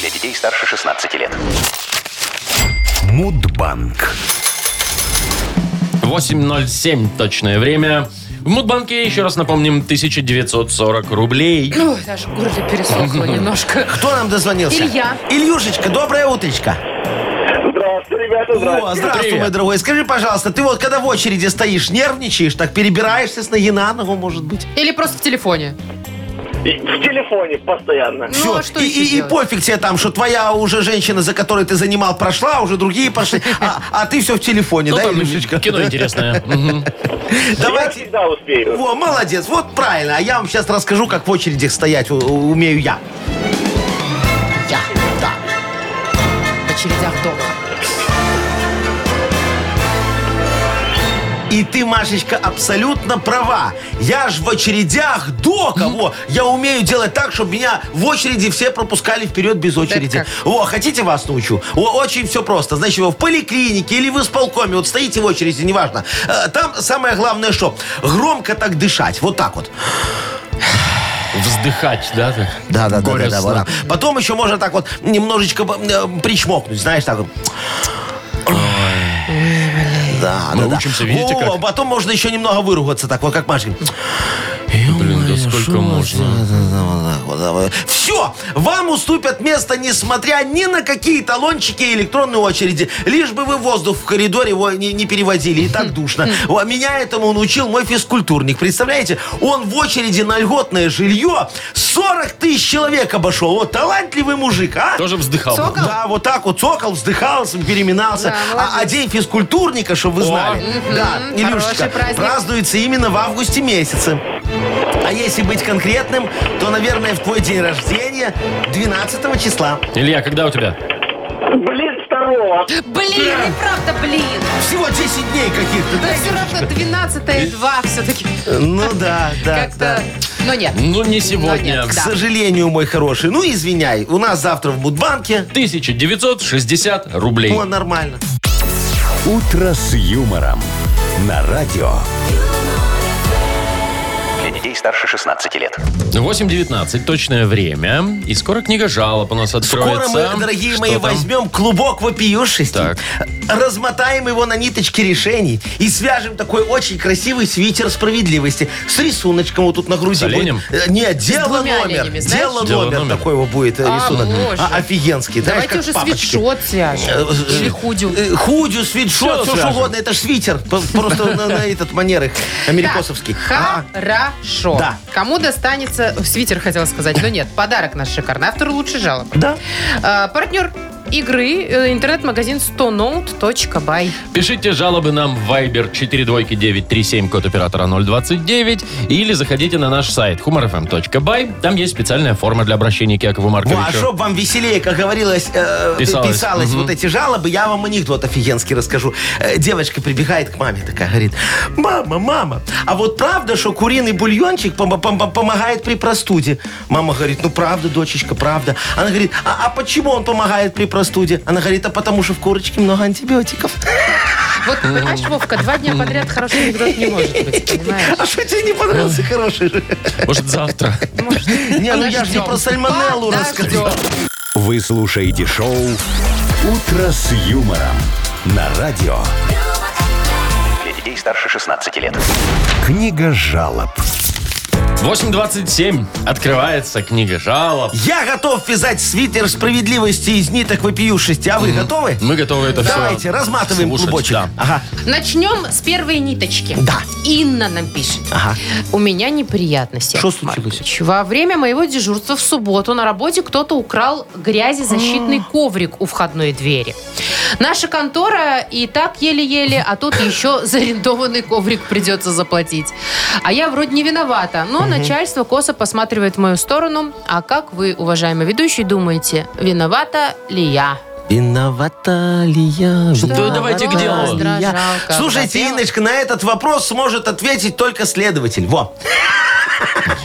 Speaker 5: Для детей старше 16 лет.
Speaker 1: Мудбанк.
Speaker 2: 8.07 точное время. В Мудбанке, еще раз напомним, 1940 рублей.
Speaker 3: Ой, даже горло пересохло немножко.
Speaker 4: Кто нам дозвонился?
Speaker 3: Илья.
Speaker 4: Ильюшечка, доброе утречко.
Speaker 6: Здравствуйте, ребята,
Speaker 4: О,
Speaker 6: здравствуйте.
Speaker 4: здравствуй,
Speaker 2: Привет.
Speaker 4: мой дорогой. Скажи, пожалуйста, ты вот когда в очереди стоишь, нервничаешь, так перебираешься с ноги на ногу, может быть?
Speaker 3: Или просто в телефоне.
Speaker 7: И в телефоне постоянно.
Speaker 3: Ну,
Speaker 4: Все,
Speaker 3: а что
Speaker 4: и,
Speaker 3: еще
Speaker 4: и- и
Speaker 3: делать?
Speaker 4: пофиг тебе там, что твоя уже женщина, за которой ты занимал, прошла, уже другие пошли, а, а ты все в телефоне,
Speaker 2: Ну,
Speaker 4: да,
Speaker 2: там
Speaker 4: Илюшечка?
Speaker 2: кино интересное. Мгм.
Speaker 7: Я
Speaker 4: Давайте...
Speaker 7: всегда успею.
Speaker 4: Во, молодец, вот правильно. А я вам сейчас расскажу, как в очередях стоять у- у- умею я. Я, да.
Speaker 3: В очередях дома.
Speaker 4: И ты, Машечка, абсолютно права. Я ж в очередях до кого. Я умею делать так, чтобы меня в очереди все пропускали вперед без очереди.
Speaker 3: как?
Speaker 4: О, хотите вас научу? О, очень все просто. Значит, вы в поликлинике или в исполкоме, вот стоите в очереди, неважно. Э, Там самое главное что? Громко так дышать. Вот так вот.
Speaker 2: Вздыхать, да? так?
Speaker 4: Да, да, да, да, да,
Speaker 2: Горестно.
Speaker 4: вот так. Потом еще можно так вот немножечко э, причмокнуть, знаешь, так вот. Да,
Speaker 2: Мы
Speaker 4: да, да.
Speaker 2: учимся, видите,
Speaker 4: Во,
Speaker 2: как?
Speaker 4: Потом можно еще немного выругаться, так вот, как Машка.
Speaker 2: Блин, да сколько можно?
Speaker 4: Все, вам уступят место, несмотря ни на какие талончики и электронные очереди. Лишь бы вы воздух в коридоре его не, не переводили, и так
Speaker 2: Хм.
Speaker 4: душно. Во, Меня этому научил мой физкультурник. Представляете, он в очереди на льготное жилье 40 тысяч человек обошел. Вот талантливый мужик, а?
Speaker 2: Тоже вздыхал.
Speaker 3: Сок?
Speaker 4: Да, вот так вот цокал, вздыхал, переминался.
Speaker 3: Да,
Speaker 4: а, а
Speaker 3: молодец.
Speaker 4: день физкультурника, чтобы вы знали, да,
Speaker 3: Мгм,
Speaker 4: Илюшечка,
Speaker 3: хороший праздник.
Speaker 4: празднуется именно в августе месяце. А если быть конкретным, то, наверное, в твой день рождения 12 числа.
Speaker 2: Илья, когда у тебя?
Speaker 7: Блин, второго.
Speaker 3: Блин, и правда, блин.
Speaker 4: Всего 10 дней каких-то.
Speaker 3: Да все равно 12 и 2 все-таки.
Speaker 4: Ну да, да, да.
Speaker 3: Как-то... Но нет.
Speaker 2: Ну, не
Speaker 3: нет,
Speaker 2: сегодня.
Speaker 4: К
Speaker 3: да.
Speaker 4: сожалению, мой хороший. Ну, извиняй, у нас завтра в Мудбанке.
Speaker 2: 1960 рублей.
Speaker 4: О, нормально.
Speaker 1: «Утро с юмором» на радио.
Speaker 5: Для детей старше 16 лет.
Speaker 2: 8.19, точное время. И скоро книга жалоб у нас откроется.
Speaker 4: Скоро мы, дорогие
Speaker 2: Что
Speaker 4: мои,
Speaker 2: там?
Speaker 4: возьмем клубок вопиюшести,
Speaker 2: Так.
Speaker 4: размотаем его на ниточке решений и свяжем такой очень красивый свитер справедливости с рисуночком вот тут на груди.
Speaker 2: С оленем?
Speaker 4: будет. Э, Нет, дело
Speaker 3: двумя
Speaker 4: номер.
Speaker 3: оленями, знаешь?
Speaker 4: дело,
Speaker 2: Дело
Speaker 4: номер,
Speaker 2: номер.
Speaker 4: такой вот будет э,
Speaker 3: А,
Speaker 4: рисунок.
Speaker 3: боже.
Speaker 4: А, офигенский. Знаешь,
Speaker 3: Давайте
Speaker 4: как
Speaker 3: уже
Speaker 4: папочки.
Speaker 3: свитшот
Speaker 4: Э,
Speaker 3: свяжем.
Speaker 4: э,
Speaker 3: Или худю.
Speaker 4: э, Худю,
Speaker 2: Всё
Speaker 4: свитшот, все что
Speaker 2: свяжем.
Speaker 4: угодно. Это ж свитер. П- Просто на на этот манеры америкосовский. А,
Speaker 3: Хорошо.
Speaker 4: Да.
Speaker 3: Кому достанется... Свитер хотела сказать, но нет. Подарок наш шикарный. Автору лучше жалоб.
Speaker 4: Да.
Speaker 3: А, партнер игры э, интернет-магазин 100note.by.
Speaker 2: Пишите жалобы нам в Viber 42937, код оператора 029, или заходите на наш сайт humorfm.by. Там есть специальная форма для обращения к Якову
Speaker 4: Во, а
Speaker 2: Марковичу.
Speaker 4: чтоб вам веселее, как говорилось, э,
Speaker 2: Писалось.
Speaker 4: писалось,
Speaker 2: Мгм.
Speaker 4: вот эти жалобы, я вам анекдот офигенский расскажу. Э, девочка прибегает к маме такая, говорит, мама, мама, а вот правда, что куриный бульончик пом- пом- пом- помогает при простуде? Мама говорит, ну правда, дочечка, правда. Она говорит, а, а почему он помогает при простуде? Она говорит, а потому что в курочке много антибиотиков.
Speaker 3: Вот, понимаешь, Вовка, два дня подряд хороший анекдот не может быть, понимаешь?
Speaker 4: А что тебе не понравился хороший? же?
Speaker 2: Может, завтра.
Speaker 4: Не, ну я же не
Speaker 3: Подождем.
Speaker 4: про сальмонеллу рассказывал.
Speaker 3: Подождем.
Speaker 1: Вы слушаете шоу «Утро с юмором» на радио.
Speaker 5: Для детей старше 16 лет.
Speaker 1: Книга жалоб.
Speaker 2: 8.27. Открывается книга жалоб.
Speaker 4: Я готов вязать свитер справедливости из ниток вопиюшести. А вы готовы?
Speaker 2: Мы готовы это все
Speaker 4: Давайте, разматываем
Speaker 2: слушать,
Speaker 4: клубочек.
Speaker 2: да.
Speaker 4: Ага,
Speaker 3: Начнем с первой ниточки.
Speaker 4: Да.
Speaker 3: Инна нам пишет.
Speaker 4: ага.
Speaker 3: У меня неприятности.
Speaker 4: Что
Speaker 3: Яков
Speaker 4: случилось?
Speaker 3: Маркович. Во время моего дежурства в субботу на работе кто-то украл грязезащитный коврик у входной двери. Наша контора и так еле-еле, а тут еще за арендованный коврик придется заплатить. А я вроде не виновата, но начальство косо посматривает в мою сторону. А как вы, уважаемый ведущий, думаете, виновата ли я?
Speaker 4: Виновата ли я?
Speaker 2: Да, давайте к делу.
Speaker 3: Раздражалка,
Speaker 4: Я- Слушайте,
Speaker 3: хотела.
Speaker 4: Инночка, на этот вопрос сможет ответить только следователь. Во.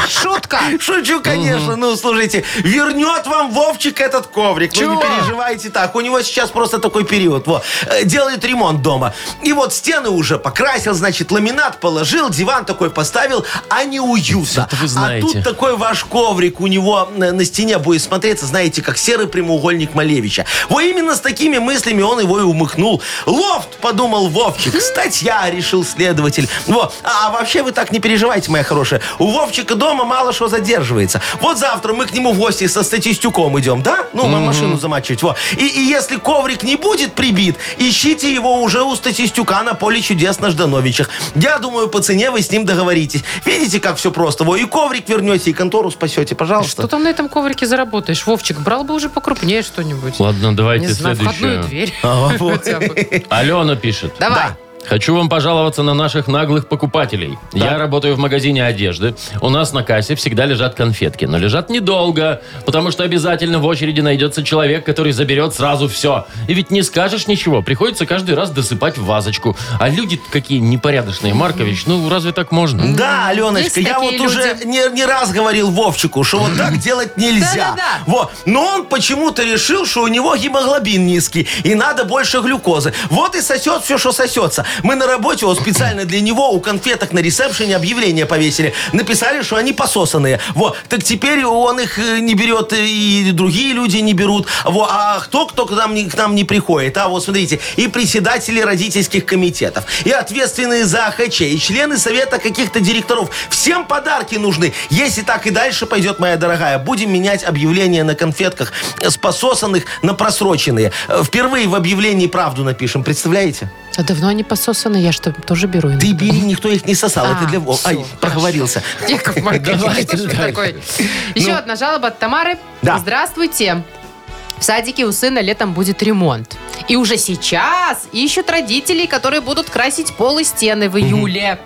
Speaker 3: Шутка!
Speaker 4: Шучу, конечно. Ну, слушайте, вернет вам Вовчик этот коврик. Ну, не
Speaker 3: Чего?
Speaker 4: переживайте так. У него сейчас просто такой период. Во. Э, Делает ремонт дома. И вот стены уже покрасил, значит, ламинат положил, диван такой поставил, а не уютно.
Speaker 2: Это вы
Speaker 4: А
Speaker 2: знаете.
Speaker 4: тут такой ваш коврик у него на, на стене будет смотреться, знаете, как серый прямоугольник Малевича. Во именно с такими мыслями он его и умыхнул. Лофт, подумал Вовчик. Статья, решил следователь. Во. А, а вообще вы так не переживайте, моя хорошая. У Вовчика Вовчика дома мало что задерживается. Вот завтра мы к нему в гости со статистюком идем, да? Ну, мы машину замачивать. Во. И, и если коврик не будет прибит, ищите его уже у статистюка на поле чудес на Ждановичах. Я думаю, по цене вы с ним договоритесь. Видите, как все просто. Во, и коврик вернете, и контору спасете, пожалуйста.
Speaker 3: Что там на этом коврике заработаешь? Вовчик, брал бы уже покрупнее что-нибудь.
Speaker 2: Ладно, давайте
Speaker 3: Не знаю, входную
Speaker 2: следующее.
Speaker 3: дверь.
Speaker 4: Ага, вот.
Speaker 3: Хотя бы.
Speaker 2: Алена пишет.
Speaker 3: Давай.
Speaker 2: Хочу вам пожаловаться на наших наглых покупателей. Я работаю в магазине одежды. У нас на кассе всегда лежат конфетки, но лежат недолго, потому что обязательно в очереди найдется человек, который заберет сразу все. И ведь не скажешь ничего, приходится каждый раз досыпать в вазочку. А люди какие непорядочные, Маркович, ну разве так можно?
Speaker 4: Да, Аленочка,
Speaker 3: Есть
Speaker 4: я вот
Speaker 3: такие
Speaker 4: уже
Speaker 3: люди.
Speaker 4: не, не раз говорил Вовчику, что вот так делать нельзя.
Speaker 3: Да-да-да.
Speaker 4: Вот. Но он почему-то решил, что у него гемоглобин низкий, и надо больше глюкозы. Вот и сосет все, что сосется. Мы на работе вот специально для него у конфеток на ресепшене объявление повесили. Написали, что они пососанные. Вот. Так теперь он их э, не берет, э, и другие люди не берут. Во. А кто, кто к нам, не- к нам не приходит? А вот смотрите, и председатели родительских комитетов, и ответственные за АХЧ, и члены совета каких-то директоров. Всем подарки нужны. Если так и дальше пойдет, моя дорогая, будем менять объявления на конфетках э, с пососанных на просроченные. Э, Впервые в объявлении правду напишем, представляете?
Speaker 3: А давно они пососаны, я что, тоже беру иногда?
Speaker 4: Ты бери, никто их не сосал.
Speaker 3: А,
Speaker 4: Это для... Во-
Speaker 3: всё,
Speaker 4: Ай, проговорился.
Speaker 3: Яков Маркович,
Speaker 2: Давайте
Speaker 3: что ж вы
Speaker 2: дальше. Ну.
Speaker 3: такой? Еще одна жалоба от Тамары.
Speaker 4: Да.
Speaker 3: Здравствуйте. В садике у сына летом будет ремонт. И уже сейчас ищут родителей, которые будут красить пол и стены в июле.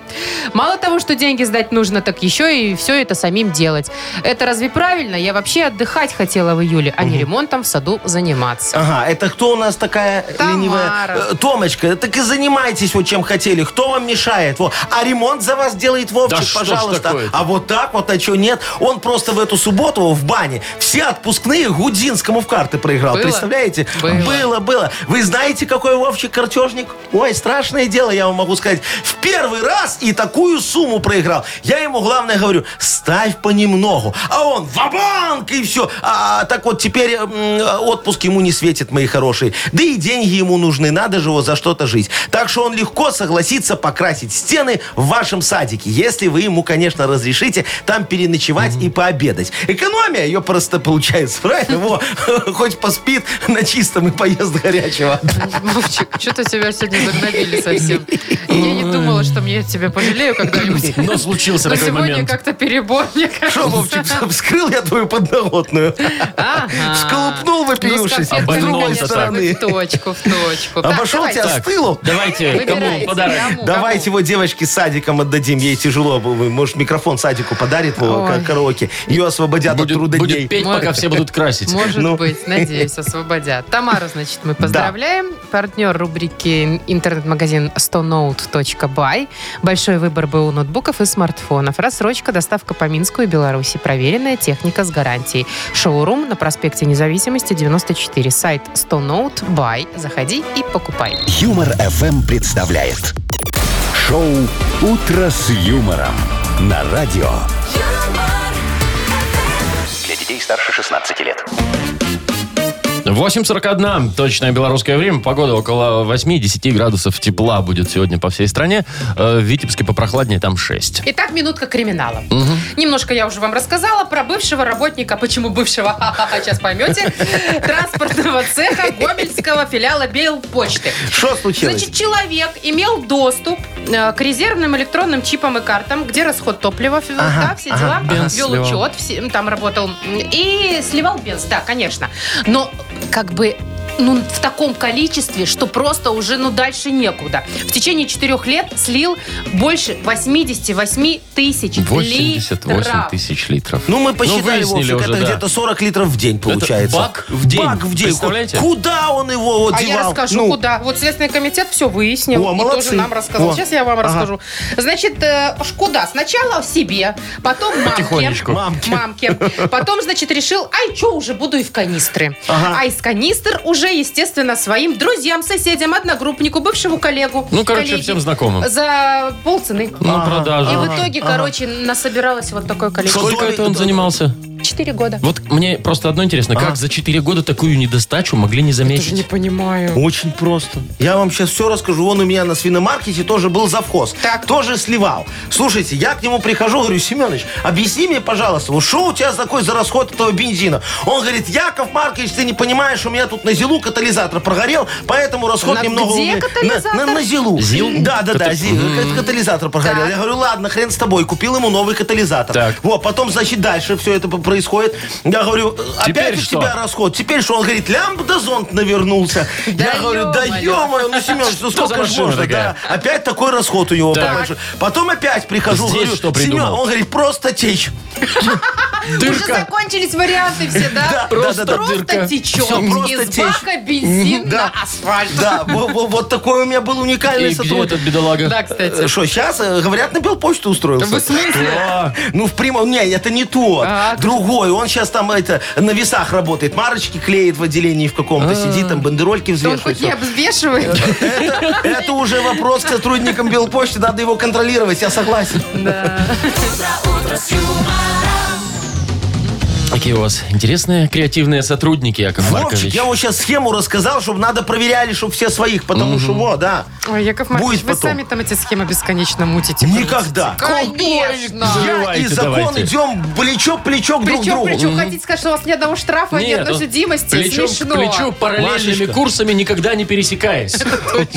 Speaker 3: Мало того, что деньги сдать нужно, так еще и все это самим делать. Это разве правильно? Я вообще отдыхать хотела в июле, а не ремонтом в саду заниматься.
Speaker 4: Ага, это кто у нас такая
Speaker 3: Тамара.
Speaker 4: ленивая? Э, Томочка, так и занимайтесь вот чем хотели. Кто вам мешает? Во. А ремонт за вас делает Вовчик,
Speaker 2: Да что ж
Speaker 4: пожалуйста.
Speaker 2: такое-то?
Speaker 4: а вот так вот, а что нет? Он просто в эту субботу в бане все отпускные Гудзинскому в карты проиграл.
Speaker 3: Было?
Speaker 4: Представляете?
Speaker 3: Было.
Speaker 4: было, было. Вы знаете, какой Вовчик картежник? Ой, страшное дело, я вам могу сказать. В первый раз и такую сумму проиграл. Я ему главное говорю, ставь понемногу. А он ва-банк и все. А, так вот теперь м, отпуск ему не светит, мои хорошие. Да и деньги ему нужны, надо же его за что-то жить. Так что он легко согласится покрасить стены в вашем садике, если вы ему, конечно, разрешите там переночевать и пообедать. Экономия ее просто получается, правильно? Во. Хоть поспит на чистом и поест горячего.
Speaker 2: А.
Speaker 3: Вовчик, что-то тебя сегодня загнобили совсем. Я не думала, что мне тебя пожалею когда-нибудь.
Speaker 2: Но случился
Speaker 3: Но
Speaker 2: такой
Speaker 3: сегодня
Speaker 2: момент.
Speaker 3: как-то перебор, мне
Speaker 4: Что,
Speaker 3: кажется.
Speaker 4: Вовчик, вскрыл я твою подноготную?
Speaker 3: Ага.
Speaker 4: Всколупнул вопиюшись.
Speaker 3: Ну, с
Speaker 2: Обманул,
Speaker 3: конфетками,
Speaker 2: конечно,
Speaker 3: конечно,
Speaker 4: стороны.
Speaker 3: В точку, в точку. Так,
Speaker 4: Обошел
Speaker 3: давайте.
Speaker 4: тебя с тылу?
Speaker 2: Давайте, кому
Speaker 3: Выбирайте,
Speaker 2: подарок?
Speaker 3: кому,
Speaker 4: Давайте
Speaker 3: кому.
Speaker 4: его девочке с садиком отдадим. Ей тяжело. было. Может, микрофон садику подарит во,
Speaker 3: Ой.
Speaker 4: к- караоке. Ее освободят от
Speaker 2: Будет,
Speaker 4: труда
Speaker 2: будет
Speaker 4: дней.
Speaker 2: петь, пока все будут красить.
Speaker 3: Может
Speaker 4: Ну.
Speaker 3: быть, надеюсь, освободят. Тамару, значит, мы поздравляем. Партнер рубрики интернет-магазин 100note.by. Большой выбор БУ ноутбуков и смартфонов. Рассрочка, доставка по Минску и Беларуси. Проверенная техника с гарантией. Шоурум на проспекте Независимости 94. Сайт 100note.by. Заходи и покупай.
Speaker 1: Юмор FM представляет шоу Утро с юмором на радио.
Speaker 5: Для детей старше 16 лет.
Speaker 2: 8.41, точное белорусское время. Погода около 8-10 градусов тепла будет сегодня по всей стране. Э, В Витебске попрохладнее, там 6.
Speaker 3: Итак, минутка криминала. Немножко я уже вам рассказала про бывшего работника, почему бывшего, ха-ха-ха, сейчас поймете, транспортного цеха Гомельского филиала Белпочты.
Speaker 4: Что случилось?
Speaker 3: Значит, человек имел доступ э, к резервным электронным чипам и картам, где расход топлива, ф- да, все дела, э,
Speaker 2: Бенз
Speaker 3: вел
Speaker 2: сливал.
Speaker 3: учет, все- м, там работал м, и сливал бенз, да, конечно. Но как бы ну, в таком количестве, что просто уже, ну, дальше некуда. В течение четырех лет слил больше 88 тысяч
Speaker 2: 88
Speaker 3: литров.
Speaker 2: тысяч литров.
Speaker 4: Ну, мы посчитали,
Speaker 2: выяснили
Speaker 4: Вовчик,
Speaker 2: уже,
Speaker 4: это
Speaker 2: да.
Speaker 4: где-то 40 литров в день получается.
Speaker 2: бак в день.
Speaker 4: Бак в день.
Speaker 2: Представляете?
Speaker 4: Куда он его вот
Speaker 3: А
Speaker 4: девал?
Speaker 3: я расскажу,
Speaker 4: Ну,
Speaker 3: куда. Вот Следственный комитет все выяснил
Speaker 4: О,
Speaker 3: и
Speaker 4: молодцы.
Speaker 3: тоже нам рассказал.
Speaker 4: О.
Speaker 3: Сейчас я вам
Speaker 4: Ага.
Speaker 3: расскажу. Значит, э, ж куда? Сначала себе, потом мамке.
Speaker 2: Потихонечку.
Speaker 4: Мамке.
Speaker 3: Мамке. Потом, значит, решил, ай, что уже буду и в канистры.
Speaker 4: Ага.
Speaker 3: А из канистр уже, естественно, своим друзьям, соседям, одногруппнику, бывшему коллегу.
Speaker 2: Ну, короче,
Speaker 3: коллеге
Speaker 2: всем знакомым.
Speaker 3: За полцены.
Speaker 2: Ну, продажи.
Speaker 3: И в итоге, короче, насобиралось вот такое количество.
Speaker 2: Сколько это он занимался?
Speaker 8: 4 года.
Speaker 2: Вот мне просто одно интересно,
Speaker 4: А.
Speaker 2: как за 4 года такую недостачу могли не
Speaker 3: Я даже не
Speaker 2: заметить?
Speaker 3: понимаю.
Speaker 4: Очень просто. Я вам сейчас все расскажу. Он у меня на свиномаркете тоже был завхоз.
Speaker 3: Так.
Speaker 4: Тоже сливал. Слушайте, я к нему прихожу, говорю, Семенович, объясни мне, пожалуйста, вот что у тебя такой за расход этого бензина? Он говорит, Яков Маркович, ты не понимаешь, у меня тут на зилу катализатор прогорел, поэтому расход
Speaker 3: На
Speaker 4: немного...
Speaker 3: где
Speaker 4: у меня-
Speaker 3: катализатор?
Speaker 4: На, на- на зилу.
Speaker 2: Зил? М-м.
Speaker 4: Да, да, да.
Speaker 2: Ката-
Speaker 4: зи- кат- Катализатор прогорел.
Speaker 3: Так.
Speaker 4: Я говорю, ладно, хрен с тобой. Купил ему новый катализатор.
Speaker 2: Так.
Speaker 4: Вот, потом, значит, дальше все это происходит. Я говорю,
Speaker 2: Теперь
Speaker 4: опять у
Speaker 2: что?
Speaker 4: тебя расход. Теперь что? Он говорит, лямбда зонт навернулся.
Speaker 3: Да
Speaker 4: Я говорю, да
Speaker 3: ё-моё.
Speaker 4: ё-моё, ну, Семен, ну
Speaker 2: Что за
Speaker 4: сколько ж
Speaker 2: машина
Speaker 4: можно,
Speaker 2: такая?
Speaker 4: да? Опять такой расход у него
Speaker 2: Так.
Speaker 4: побольше. Потом опять прихожу,
Speaker 2: Здесь
Speaker 4: говорю,
Speaker 2: что
Speaker 4: Семен,
Speaker 2: придумал?
Speaker 4: он говорит, просто течь.
Speaker 3: Уже закончились варианты все, да?
Speaker 4: Да,
Speaker 2: Просто
Speaker 4: да, да, да.
Speaker 3: Просто
Speaker 2: дырка.
Speaker 3: течет.
Speaker 4: Всё, просто
Speaker 3: Из
Speaker 4: течь.
Speaker 3: бака бензин
Speaker 4: Да.
Speaker 3: на асфальт.
Speaker 4: Да, во- во- вот такой у меня был уникальный
Speaker 2: И где
Speaker 4: сотрудник. Э,
Speaker 2: этот бедолага?
Speaker 3: Да, кстати.
Speaker 4: Что, сейчас, говорят, на Белпочту устроился.
Speaker 3: Вы в смысле?
Speaker 2: О,
Speaker 4: Ну, в прямом... Не, это не то.
Speaker 3: А,
Speaker 4: Другой. Он сейчас там это, на весах работает. Марочки клеит в отделении в каком-то. Сидит там, бандерольки
Speaker 3: Он
Speaker 4: взвешивает.
Speaker 3: хоть
Speaker 4: всё.
Speaker 3: не обвешивает.
Speaker 4: это, это уже вопрос к сотрудникам Белпочты. Надо его контролировать, я согласен.
Speaker 2: Какие у вас интересные креативные сотрудники, Яков
Speaker 4: Вовчик,
Speaker 2: Маркович.
Speaker 4: я ему сейчас схему рассказал, чтобы надо проверяли, чтобы все своих, потому что вот, да.
Speaker 3: Ой, Яков Маркович,
Speaker 4: Будет
Speaker 3: вы
Speaker 4: потом.
Speaker 3: сами там эти схемы бесконечно мутите.
Speaker 4: Никогда.
Speaker 3: Конечно.
Speaker 4: Я и
Speaker 2: Типа, Давайте,
Speaker 4: закон
Speaker 2: давайте.
Speaker 4: идем плечо-плечо друг к
Speaker 3: Причем,
Speaker 4: другу.
Speaker 3: причем, хотите сказать, что у вас ни одного штрафа, ни
Speaker 2: Нет,
Speaker 3: одной
Speaker 2: он
Speaker 3: судимости?
Speaker 2: плечом к
Speaker 3: Смешно.
Speaker 2: плечу параллельными
Speaker 4: Машечка.
Speaker 2: курсами никогда не пересекаясь.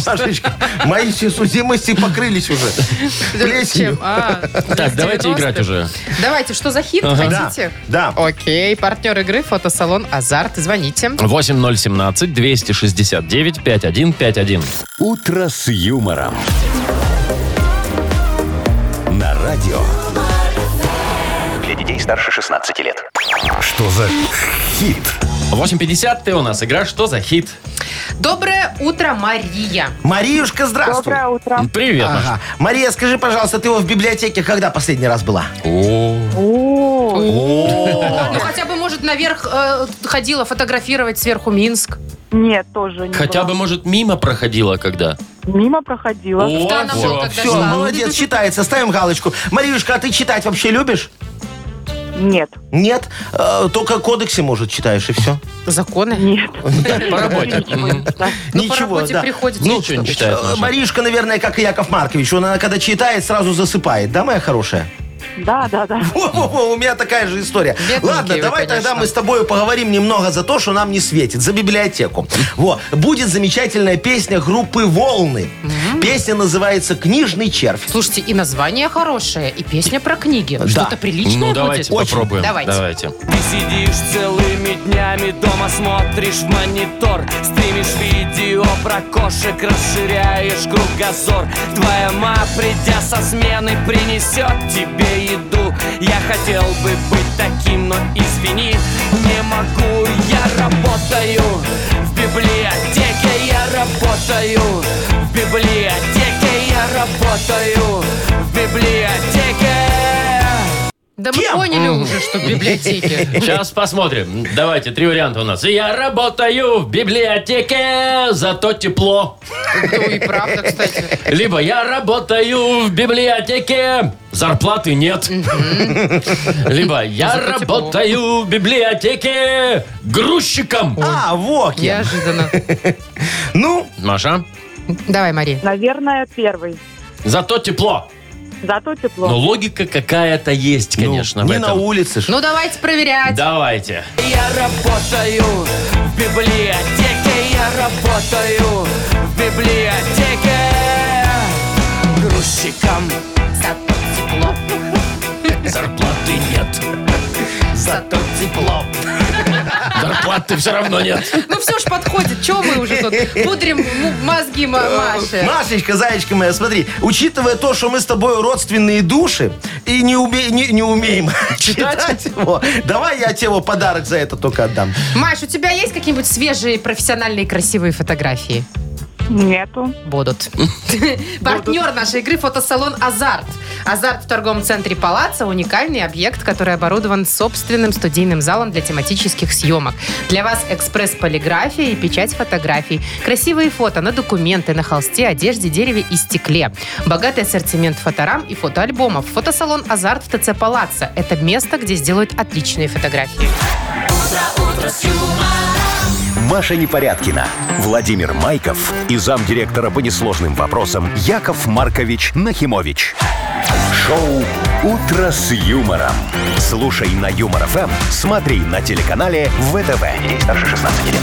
Speaker 4: Машечка, мои все судимости покрылись уже.
Speaker 3: Чем?
Speaker 4: Плесенью.
Speaker 3: А,
Speaker 2: Так, давайте
Speaker 3: 90-х.
Speaker 2: играть уже.
Speaker 3: Давайте, что за хит
Speaker 4: Да,
Speaker 3: хотите?
Speaker 4: да.
Speaker 3: Окей, партнер игры фотосалон «Азарт». Звоните.
Speaker 2: 8017-269-5151.
Speaker 1: «Утро с юмором». На радио.
Speaker 5: Для детей старше 16 лет.
Speaker 1: Что за хит?
Speaker 2: 8.50 ты у нас. Игра «Что за хит?»
Speaker 3: Доброе утро, Мария.
Speaker 4: Мариюшка, здравствуй.
Speaker 9: Доброе утро.
Speaker 2: Привет, Маша.
Speaker 4: Ага. Мария, скажи, пожалуйста, ты его в библиотеке когда последний раз была?
Speaker 2: О,
Speaker 9: О,
Speaker 3: Ну, хотя бы, может, наверх э, ходила фотографировать сверху Минск.
Speaker 9: Нет, тоже не
Speaker 2: Хотя бы,
Speaker 9: была.
Speaker 2: может, мимо проходила когда?
Speaker 9: Мимо проходила.
Speaker 2: О,
Speaker 3: Таново,
Speaker 2: всё,
Speaker 3: когда
Speaker 2: всё.
Speaker 4: Все,
Speaker 3: шла.
Speaker 4: молодец, считается, ставим галочку. Мариюшка, а ты читать вообще любишь?
Speaker 9: Нет,
Speaker 4: Нет, Э, только кодексы, может, читаешь, и все.
Speaker 3: Законы?
Speaker 9: нет.
Speaker 2: Так, по работе. Мгм.
Speaker 3: Ну, по работе приходится.
Speaker 2: Ну, что не читает
Speaker 4: Э,
Speaker 2: Маша?
Speaker 4: Маришка, наверное, как и Яков Маркович. Он, она, когда читает, сразу засыпает. Да, моя хорошая?
Speaker 9: Да, да, да.
Speaker 4: Во-во-во, у меня такая же история.
Speaker 3: Бедненькие
Speaker 4: Ладно,
Speaker 3: вы,
Speaker 4: давай
Speaker 3: конечно.
Speaker 4: тогда мы с тобой поговорим немного за то, что нам не светит. За библиотеку. Во, будет замечательная песня группы «Волны». Песня называется «Книжный червь».
Speaker 3: Слушайте, и название хорошее, и песня про книги.
Speaker 4: Да.
Speaker 3: Что-то приличное
Speaker 2: Ну,
Speaker 3: будет?
Speaker 2: давайте попробуем.
Speaker 3: Давайте.
Speaker 2: Давайте.
Speaker 10: Ты сидишь целыми днями дома, смотришь в монитор Стримишь видео про кошек, расширяешь кругозор Твоя ма, придя со смены, принесет тебе еду Я хотел бы быть таким, но извини, не могу Я работаю в библиотеке, я работаю в библиотеке, я работаю в библиотеке
Speaker 3: Да мы
Speaker 4: Кем?
Speaker 3: поняли уже, что в библиотеке.
Speaker 2: Сейчас посмотрим. Давайте, три варианта у нас. Я работаю в библиотеке, зато тепло.
Speaker 3: Ну и правда, кстати.
Speaker 2: Либо я работаю в библиотеке, зарплаты нет. Либо я
Speaker 3: Зато тепло.
Speaker 2: работаю в библиотеке грузчиком.
Speaker 4: А, во, кем.
Speaker 3: Неожиданно.
Speaker 4: Ну,
Speaker 2: Маша,
Speaker 3: Давай, Мария.
Speaker 9: Наверное, первый.
Speaker 2: зато тепло.
Speaker 9: Зато тепло.
Speaker 2: Но логика какая-то есть,
Speaker 4: ну,
Speaker 2: конечно, в
Speaker 4: не на
Speaker 2: этом.
Speaker 4: улице. ж.
Speaker 3: Ну, давайте проверять.
Speaker 2: Давайте.
Speaker 10: Я работаю в библиотеке, я работаю в библиотеке грузчиком.
Speaker 3: Зато тепло.
Speaker 2: Зарплаты нет. Зато тепло. Зарплаты все равно нет.
Speaker 3: Ну, все ж подходит. Чего мы уже тут пудрим му- мозги Ма- Маше?
Speaker 4: Машечка, зайчка моя, смотри, учитывая то, что мы с тобой родственные души и не, уме- не, не умеем читать, его, давай я тебе его подарок за это только отдам.
Speaker 3: Маш, у тебя есть какие-нибудь свежие, профессиональные, красивые фотографии?
Speaker 9: Нету.
Speaker 3: Будут. Партнер нашей игры – фотосалон «Азарт». «Азарт» в торговом центре «Палаца» – уникальный объект, который оборудован собственным студийным залом для тематических съемок. Для вас экспресс-полиграфия и печать фотографий. Красивые фото на документы, на холсте, одежде, дереве и стекле. Богатый ассортимент фоторам и фотоальбомов. Фотосалон «Азарт» в ТЦ «Палаца» – это место, где сделают отличные фотографии.
Speaker 1: Маша Непорядкина, Владимир Майков и замдиректора по несложным вопросам Яков Маркович Нахимович. Шоу «Утро с юмором». Слушай на Юмор ФМ, смотри на телеканале ВТВ. Ей старше 16 лет.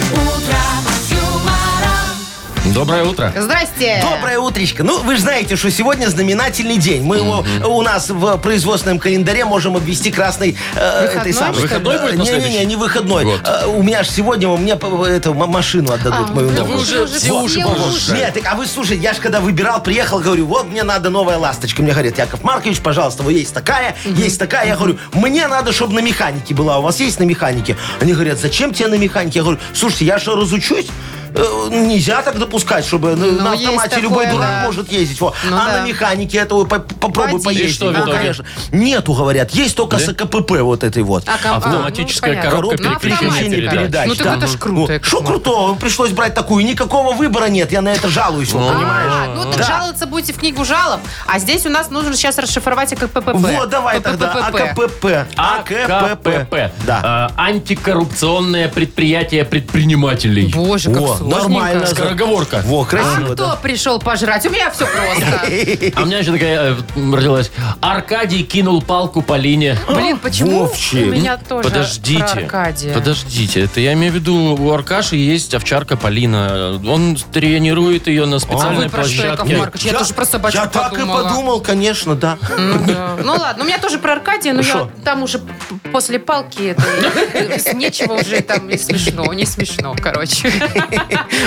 Speaker 2: Доброе утро.
Speaker 3: Здрасте!
Speaker 4: Доброе утречко. Ну, вы же знаете, что сегодня знаменательный день. Мы его э, у нас в производственном календаре можем обвести красной э,
Speaker 3: Выходной,
Speaker 4: этой самой. Э,
Speaker 3: что ли?
Speaker 2: Выходной будет на
Speaker 4: Не-не-не,
Speaker 2: следующий?
Speaker 4: не выходной.
Speaker 2: Вот.
Speaker 4: Э, У меня же сегодня мне э, эту м- машину отдадут мою
Speaker 2: да
Speaker 4: новую.
Speaker 2: вы уже все уши повыше.
Speaker 4: Нет, так, а вы слушай, я же когда выбирал, приехал, говорю, вот мне надо новая ласточка. Мне говорят, Яков Маркович, пожалуйста, вот есть такая, есть такая. Я говорю, мне надо, чтобы на механике была. У вас есть на механике? Они говорят, зачем тебе на механике? Я говорю, слушайте, я что, разучусь? Э, Нельзя так допускать, чтобы на- на
Speaker 3: Ну, есть
Speaker 4: автомате
Speaker 3: такое,
Speaker 4: любой дурак
Speaker 3: да.
Speaker 4: может ездить. Во.
Speaker 3: Ну
Speaker 4: а
Speaker 3: да.
Speaker 4: на механике этого по- попробуй
Speaker 3: Водить.
Speaker 4: поездить.
Speaker 2: И что в
Speaker 4: Ну,
Speaker 2: итоге?
Speaker 4: конечно. Нету, говорят, есть только с КПП вот этой вот.
Speaker 3: ком- ну,
Speaker 2: Автоматическая
Speaker 3: понятно. Ну,
Speaker 2: коробка
Speaker 3: На автомате.
Speaker 2: переключения передач,
Speaker 3: Ну так
Speaker 2: да.
Speaker 3: это ж круто. Яков
Speaker 4: Что
Speaker 3: Маркович.
Speaker 4: крутого? Пришлось брать такую. Никакого выбора нет. Я на это жалуюсь. вот, понимаешь?
Speaker 3: А, ну так
Speaker 4: Да.
Speaker 3: жаловаться будете в книгу жалоб, а здесь у нас нужно сейчас расшифровать АКПП.
Speaker 4: Вот, давай тогда. а
Speaker 3: АКПП.
Speaker 4: АКПП.
Speaker 2: А
Speaker 3: А
Speaker 10: А
Speaker 2: АКПП.
Speaker 4: Да.
Speaker 2: А, Антикоррупционное предприятие предпринимателей.
Speaker 3: Боже, как
Speaker 4: О,
Speaker 3: сложненько.
Speaker 4: нормально.
Speaker 2: Скороговорка.
Speaker 4: Во,
Speaker 3: А
Speaker 4: красиво,
Speaker 3: кто
Speaker 4: да.
Speaker 3: пришел пожрать? У меня все просто.
Speaker 2: А у меня еще такая э, родилась. Аркадий кинул палку по линии.
Speaker 3: Блин, почему
Speaker 4: Вовчик.
Speaker 3: у меня тоже
Speaker 2: Подождите,
Speaker 3: про Аркадия?
Speaker 2: подождите, это я имею в виду, у Аркаши есть овчарка Полина, он тренирует ее на
Speaker 3: А
Speaker 2: специальной
Speaker 3: вы про что, Яков
Speaker 2: площадке.
Speaker 3: Маркович? Я тоже про собачку
Speaker 4: Я так и
Speaker 3: подумала.
Speaker 4: подумал, конечно, да.
Speaker 3: Ну да. Ну ладно, у меня тоже про Аркадия, но я
Speaker 4: Шо?
Speaker 3: там уже п- после палки это, с нечего уже там не смешно, не смешно, короче.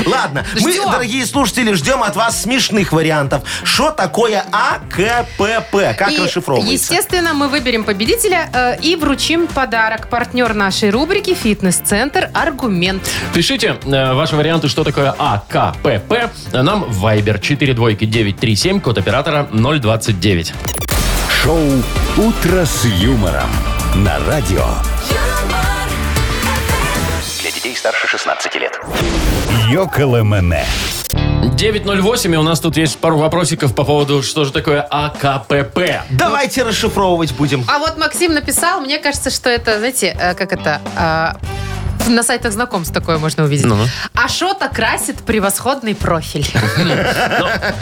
Speaker 4: Ладно, мы,
Speaker 3: Ждем.
Speaker 4: дорогие слушатели, ждем от вас смешных вариантов. Что такое А АКПП? Как
Speaker 3: И,
Speaker 4: расшифровывается?
Speaker 3: Естественно, мы выберем победителя э, и вручим подарок. Партнер нашей рубрики «Фитнес-центр Аргумент».
Speaker 2: Пишите э, ваши варианты, что такое А АКПП, нам в Viber 42937, код оператора 029.
Speaker 1: Шоу «Утро с юмором» на радио.
Speaker 5: Для детей старше 16 лет.
Speaker 1: Йоколэмэне.
Speaker 2: 908, и у нас тут есть пару вопросиков по поводу, что же такое А АКПП.
Speaker 4: Давайте расшифровывать будем.
Speaker 3: А вот Максим написал, мне кажется, что это, знаете, э, как это... э, на сайтах знакомств такое можно увидеть.
Speaker 2: Ну.
Speaker 3: А Ашота красит превосходный профиль.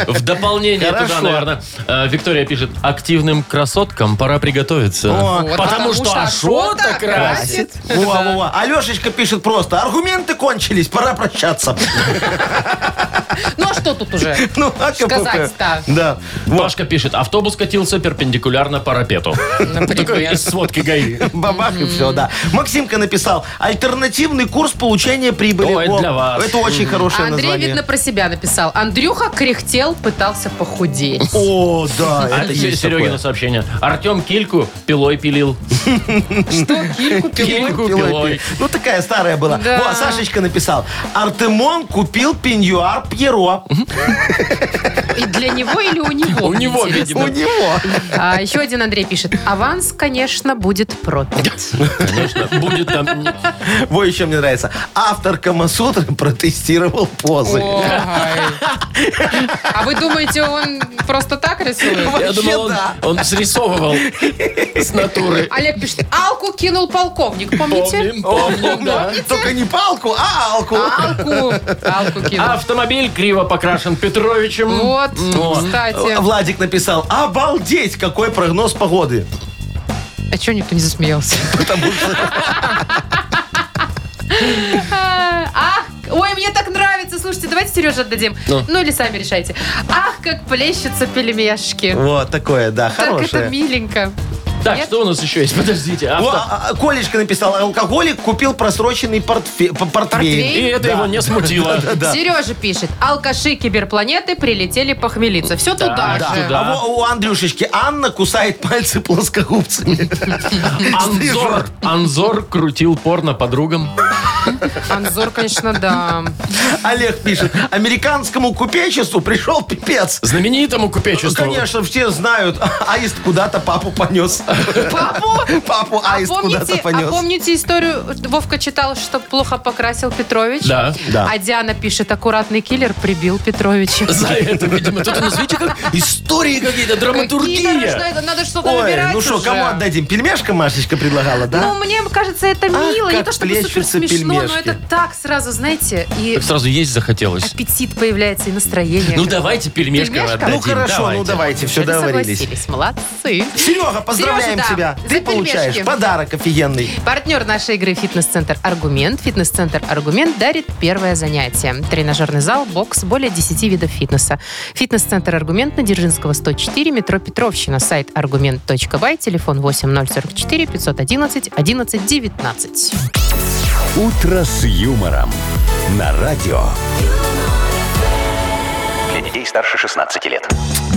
Speaker 2: В дополнение
Speaker 4: Хорошо.
Speaker 2: туда, наверное, э, Виктория пишет, активным красоткам пора приготовиться.
Speaker 4: О,
Speaker 3: Вот,
Speaker 2: потому что Ашота красит.
Speaker 4: Во, во, во. Алешечка пишет просто. Аргументы кончились, пора прощаться.
Speaker 3: Ну а что тут уже?
Speaker 4: Ну, АКПП.
Speaker 3: Сказать-то.
Speaker 4: Да.
Speaker 2: Пашка пишет, автобус катился перпендикулярно парапету.
Speaker 4: Ну,
Speaker 2: Такой из сводки ГАИ.
Speaker 4: Бабах и все, да. Максимка написал альтернативный курс получения прибыли.
Speaker 2: О, это
Speaker 4: Во,
Speaker 2: для вас.
Speaker 4: Это очень хорошее
Speaker 3: Андрей,
Speaker 4: название.
Speaker 3: видно, про себя написал. Андрюха кряхтел, пытался похудеть.
Speaker 4: О, да,
Speaker 2: А
Speaker 4: это есть
Speaker 2: Серегина
Speaker 4: такое.
Speaker 2: сообщение. Артем Кильку пилой пилил. Что? Кильку пилой?
Speaker 4: Ну, такая старая была.
Speaker 3: Да.
Speaker 4: Во, Сашечка написал. Артемон купил пеньюар Пьеро.
Speaker 3: И для него или у него?
Speaker 2: У него, видимо.
Speaker 3: Интересно.
Speaker 2: У
Speaker 4: него.
Speaker 3: А, еще один Андрей пишет. Аванс, конечно, будет пропит.
Speaker 2: Конечно, будет там...
Speaker 4: Во, еще мне нравится. Автор Камасутры протестировал позы.
Speaker 3: А вы думаете, он просто так рисует?
Speaker 2: Я
Speaker 4: Вообще
Speaker 2: думал, он-
Speaker 4: да.
Speaker 2: он срисовывал с натуры.
Speaker 3: Олег пишет, Алку кинул полковник, помните?
Speaker 2: Помним, помним, да.
Speaker 4: Ну, Только не палку, а алку.
Speaker 3: Алку. Алку
Speaker 2: А,
Speaker 3: кинул.
Speaker 2: Автомобиль криво покрашен Петровичем.
Speaker 3: Вот,
Speaker 2: ну, а
Speaker 3: кстати.
Speaker 4: Э, Владик написал, обалдеть, какой прогноз погоды.
Speaker 3: А чего никто не засмеялся? А, Ах, ой, мне так нравится. Слушайте, давайте Сереже отдадим.
Speaker 2: Ну.
Speaker 3: Ну или сами решайте. Ах, как плещутся пельмешки.
Speaker 4: Вот такое, да,
Speaker 3: Как это
Speaker 4: хорошее.
Speaker 3: миленько.
Speaker 2: Так,
Speaker 3: Нет?
Speaker 2: что у нас еще есть? Подождите.
Speaker 4: О,
Speaker 2: авто-
Speaker 4: а, а, Колечка написал, алкоголик купил просроченный портфе- п-
Speaker 3: Портвейн?
Speaker 4: портфель.
Speaker 2: И это его не смутило.
Speaker 4: Да.
Speaker 3: Сережа пишет, алкаши киберпланеты прилетели похмелиться. Все туда
Speaker 2: да.
Speaker 3: же.
Speaker 2: Да.
Speaker 4: А во- у Андрюшечки Анна кусает пальцы плоскогубцами.
Speaker 2: Анзор, Анзор крутил порно подругам.
Speaker 3: Анзор, конечно, да.
Speaker 4: Олег пишет, американскому купечеству пришел пипец.
Speaker 2: Знаменитому купечеству.
Speaker 4: Ну, Конечно, все знают. Аист куда-то папу понес. Папу? Папу
Speaker 3: А
Speaker 4: аист куда-то
Speaker 3: помните, а
Speaker 4: понес.
Speaker 3: помните историю, Вовка читал, что плохо покрасил Петрович?
Speaker 2: Да.
Speaker 4: Да.
Speaker 3: А Диана пишет, аккуратный киллер прибил Петровича.
Speaker 2: За это, видимо. Тут у нас, видите, как истории какие-то,
Speaker 3: Какие-то,
Speaker 2: драматургия.
Speaker 3: что это? Надо что-то
Speaker 4: Ой,
Speaker 3: выбирать
Speaker 4: ну что,
Speaker 3: уже.
Speaker 4: кому отдадим? Пельмешка Машечка предлагала, да?
Speaker 3: Ну, мне кажется, это
Speaker 4: Ах,
Speaker 3: мило. Не
Speaker 4: как
Speaker 3: то чтобы супер
Speaker 4: плещутся
Speaker 3: смешно, но
Speaker 4: пельмешки.
Speaker 3: это так сразу, знаете, и
Speaker 2: Как сразу есть захотелось.
Speaker 3: аппетит появляется, и настроение.
Speaker 2: Ну давайте пельмешка
Speaker 3: Пельмешка?
Speaker 2: отдадим.
Speaker 4: Ну хорошо, ну давайте, все
Speaker 3: Уже
Speaker 4: договорились.
Speaker 3: согласились. Молодцы.
Speaker 4: Серега, поздравляем
Speaker 3: Сережа, да,
Speaker 4: тебя.
Speaker 3: за
Speaker 4: Ты получаешь
Speaker 3: пельмешки.
Speaker 4: подарок офигенный.
Speaker 3: Партнер нашей игры «Фитнес-центр Аргумент». «Фитнес-центр Аргумент» дарит первое занятие. Тренажерный зал, бокс, более 10 видов фитнеса. «Фитнес-центр Аргумент» на Дзержинского, 104, метро Петровщина. Сайт аргумент.бай, телефон 8044 511 1119.
Speaker 1: «Утро с юмором» на радио.
Speaker 5: Для детей старше 16 лет.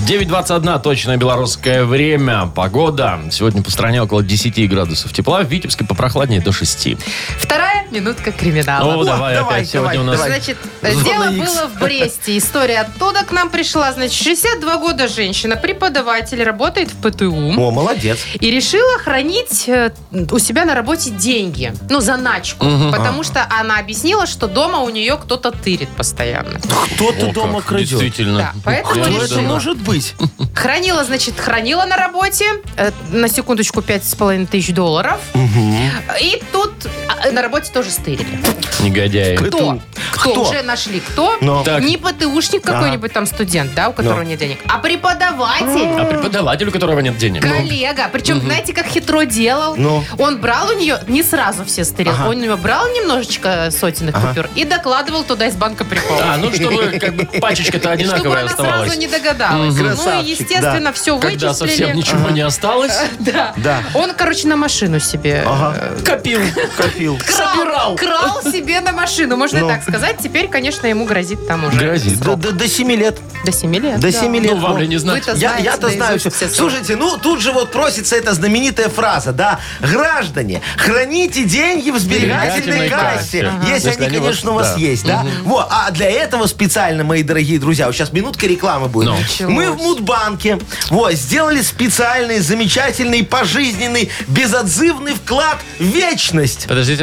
Speaker 2: 9.21, точное белорусское время. Погода. Сегодня по стране около 10 градусов тепла. В Витебске попрохладнее до 6.
Speaker 3: Вторая минутка криминала.
Speaker 2: О, Ну, давай,
Speaker 4: давай,
Speaker 2: опять сегодня
Speaker 4: давай,
Speaker 2: у нас...
Speaker 4: давай.
Speaker 3: Значит,
Speaker 4: Зона
Speaker 3: дело
Speaker 4: X.
Speaker 3: было в Бресте. История оттуда к нам пришла. Значит, 62 года женщина, преподаватель, работает в ПТУ.
Speaker 4: О, молодец.
Speaker 3: И решила хранить э, у себя на работе деньги. Ну, заначку. Потому что она объяснила, что дома у нее кто-то тырит постоянно.
Speaker 4: Кто
Speaker 2: О,
Speaker 4: ты
Speaker 2: как,
Speaker 4: дома крадет?
Speaker 2: Действительно.
Speaker 3: Да, поэтому
Speaker 2: Я
Speaker 4: Кто
Speaker 2: вот
Speaker 3: решила.
Speaker 4: это
Speaker 2: думаю.
Speaker 4: может быть?
Speaker 3: Хранила, значит, хранила на работе. э, на секундочку, пять с половиной тысяч долларов. И тут э, на работе тоже стырили.
Speaker 2: Негодяи.
Speaker 3: Кто? Кто?
Speaker 4: Поэтому- Кто?
Speaker 3: Уже нашли кто?
Speaker 4: Но.
Speaker 2: Так.
Speaker 3: Не ПТУшник какой-нибудь там студент, да, у которого
Speaker 4: Ну.
Speaker 3: нет денег, а преподаватель.
Speaker 2: А преподаватель, у которого нет денег. Ну,
Speaker 3: Коллега, причем, знаете, как хитро делал?
Speaker 4: Ну.
Speaker 3: Он брал у нее, не сразу все стырил,
Speaker 4: Ага.
Speaker 3: он у нее брал немножечко сотенных купюр и докладывал туда из банка прикола.
Speaker 2: А, ну чтобы как бы пачечка-то
Speaker 3: Чтобы
Speaker 2: одинаковая
Speaker 3: она
Speaker 2: оставалась.
Speaker 3: сразу не догадалась.
Speaker 4: Мгм.
Speaker 3: Ну и,
Speaker 4: Красавчик,
Speaker 3: естественно, все
Speaker 2: Когда совсем
Speaker 3: вычислили.
Speaker 2: ничего не осталось,
Speaker 3: Да.
Speaker 4: Да.
Speaker 3: Он, короче, на машину себе
Speaker 4: Ага.
Speaker 2: копил.
Speaker 4: Копил.
Speaker 3: крал, крал себе на машину, можно и
Speaker 4: Ну.
Speaker 3: так сказать. Теперь, конечно, ему грозит там уже
Speaker 2: Грозит.
Speaker 4: До- До до семи лет.
Speaker 3: до 7 лет. да.
Speaker 4: До семи лет.
Speaker 2: Ну, вам
Speaker 4: О.
Speaker 2: ли не знать?
Speaker 3: Вы-то
Speaker 4: Я-
Speaker 3: знаете
Speaker 4: Я-то знаю
Speaker 3: наизусть
Speaker 4: все.
Speaker 3: все слова.
Speaker 4: Слушайте, ну тут же вот просится эта знаменитая фраза, да? Граждане, храните деньги в
Speaker 2: Сберегательной
Speaker 4: сберегательной кассе,
Speaker 2: кассе.
Speaker 4: если
Speaker 2: Если
Speaker 4: они,
Speaker 2: они у вас-
Speaker 4: конечно, у вас
Speaker 2: да.
Speaker 4: есть, да? Вот, а для этого специально, мои дорогие друзья, вот сейчас минутка рекламы будет.
Speaker 2: Ну.
Speaker 4: Мы в Мудбанке вот, сделали специальный, замечательный, пожизненный, безотзывный вклад в вечность.
Speaker 2: Подождите.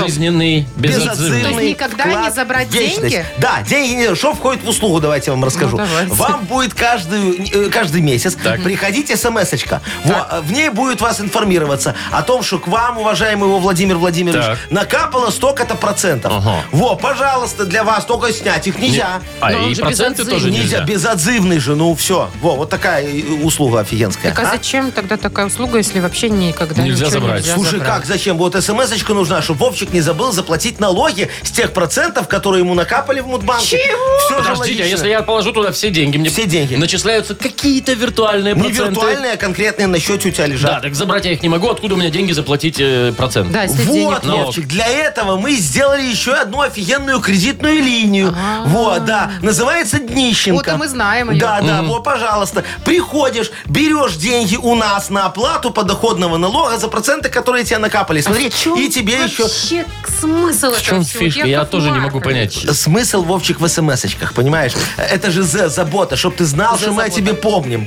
Speaker 2: Пожизненный,
Speaker 3: То
Speaker 2: безотзывный.
Speaker 3: есть никогда не
Speaker 4: вклад
Speaker 3: забрать
Speaker 4: в вечность.
Speaker 3: деньги?
Speaker 4: Да, деньги, не- что входит в услугу, давайте я вам расскажу.
Speaker 3: Ну, давайте.
Speaker 4: вам будет каждый, э, каждый месяц приходить смс-очка. Во, э, в ней будет вас информироваться о том, что к вам, уважаемый его Владимир Владимирович,
Speaker 2: Так.
Speaker 4: накапало столько-то процентов.
Speaker 2: Ага.
Speaker 4: Во, пожалуйста, для вас только снять их нельзя.
Speaker 2: А,
Speaker 3: Но он
Speaker 2: и
Speaker 3: же
Speaker 2: проценты
Speaker 3: безотзывный.
Speaker 2: тоже
Speaker 4: Нельзя,
Speaker 2: нельзя.
Speaker 4: безотзывный же, ну все. Во, вот такая э, услуга офигенская.
Speaker 3: Так а
Speaker 4: а?
Speaker 3: зачем тогда такая услуга, если вообще никогда
Speaker 2: Нельзя
Speaker 3: ничего
Speaker 2: забрать.
Speaker 3: нельзя
Speaker 4: Слушай,
Speaker 3: забрать?
Speaker 4: как, зачем? Вот смс-очка нужна, чтобы Вовчик не забыл заплатить налоги с тех процентов, которые ему накапали в Мудбанке. Чего? Все же
Speaker 2: Подождите,
Speaker 4: логично.
Speaker 2: а если я положу туда все деньги, мне
Speaker 4: Все деньги.
Speaker 2: начисляются какие-то виртуальные
Speaker 4: Не
Speaker 2: проценты.
Speaker 4: виртуальные, а конкретные на счете у тебя
Speaker 2: Да,
Speaker 4: лежат.
Speaker 2: так забрать я их не могу. Откуда у меня деньги заплатить э, процент?
Speaker 3: Да, если денег
Speaker 4: Вот, ну.
Speaker 2: нет.
Speaker 4: Вовчик, для этого мы сделали еще одну офигенную кредитную линию. Вот, да. Называется Днищенко.
Speaker 3: Вот и мы знаем ее.
Speaker 4: Да, да, вот, пожалуйста. Приходишь, берешь деньги у нас на оплату подоходного налога за проценты, которые тебе накапали. Смотри, и тебе еще...
Speaker 3: Вообще смысл
Speaker 2: В чем фишка? Я тоже не могу понять.
Speaker 4: Смысл, Вовчик, в смс-очках, понимаешь? Это же за забота, чтобы ты знал, что мы о тебе помним,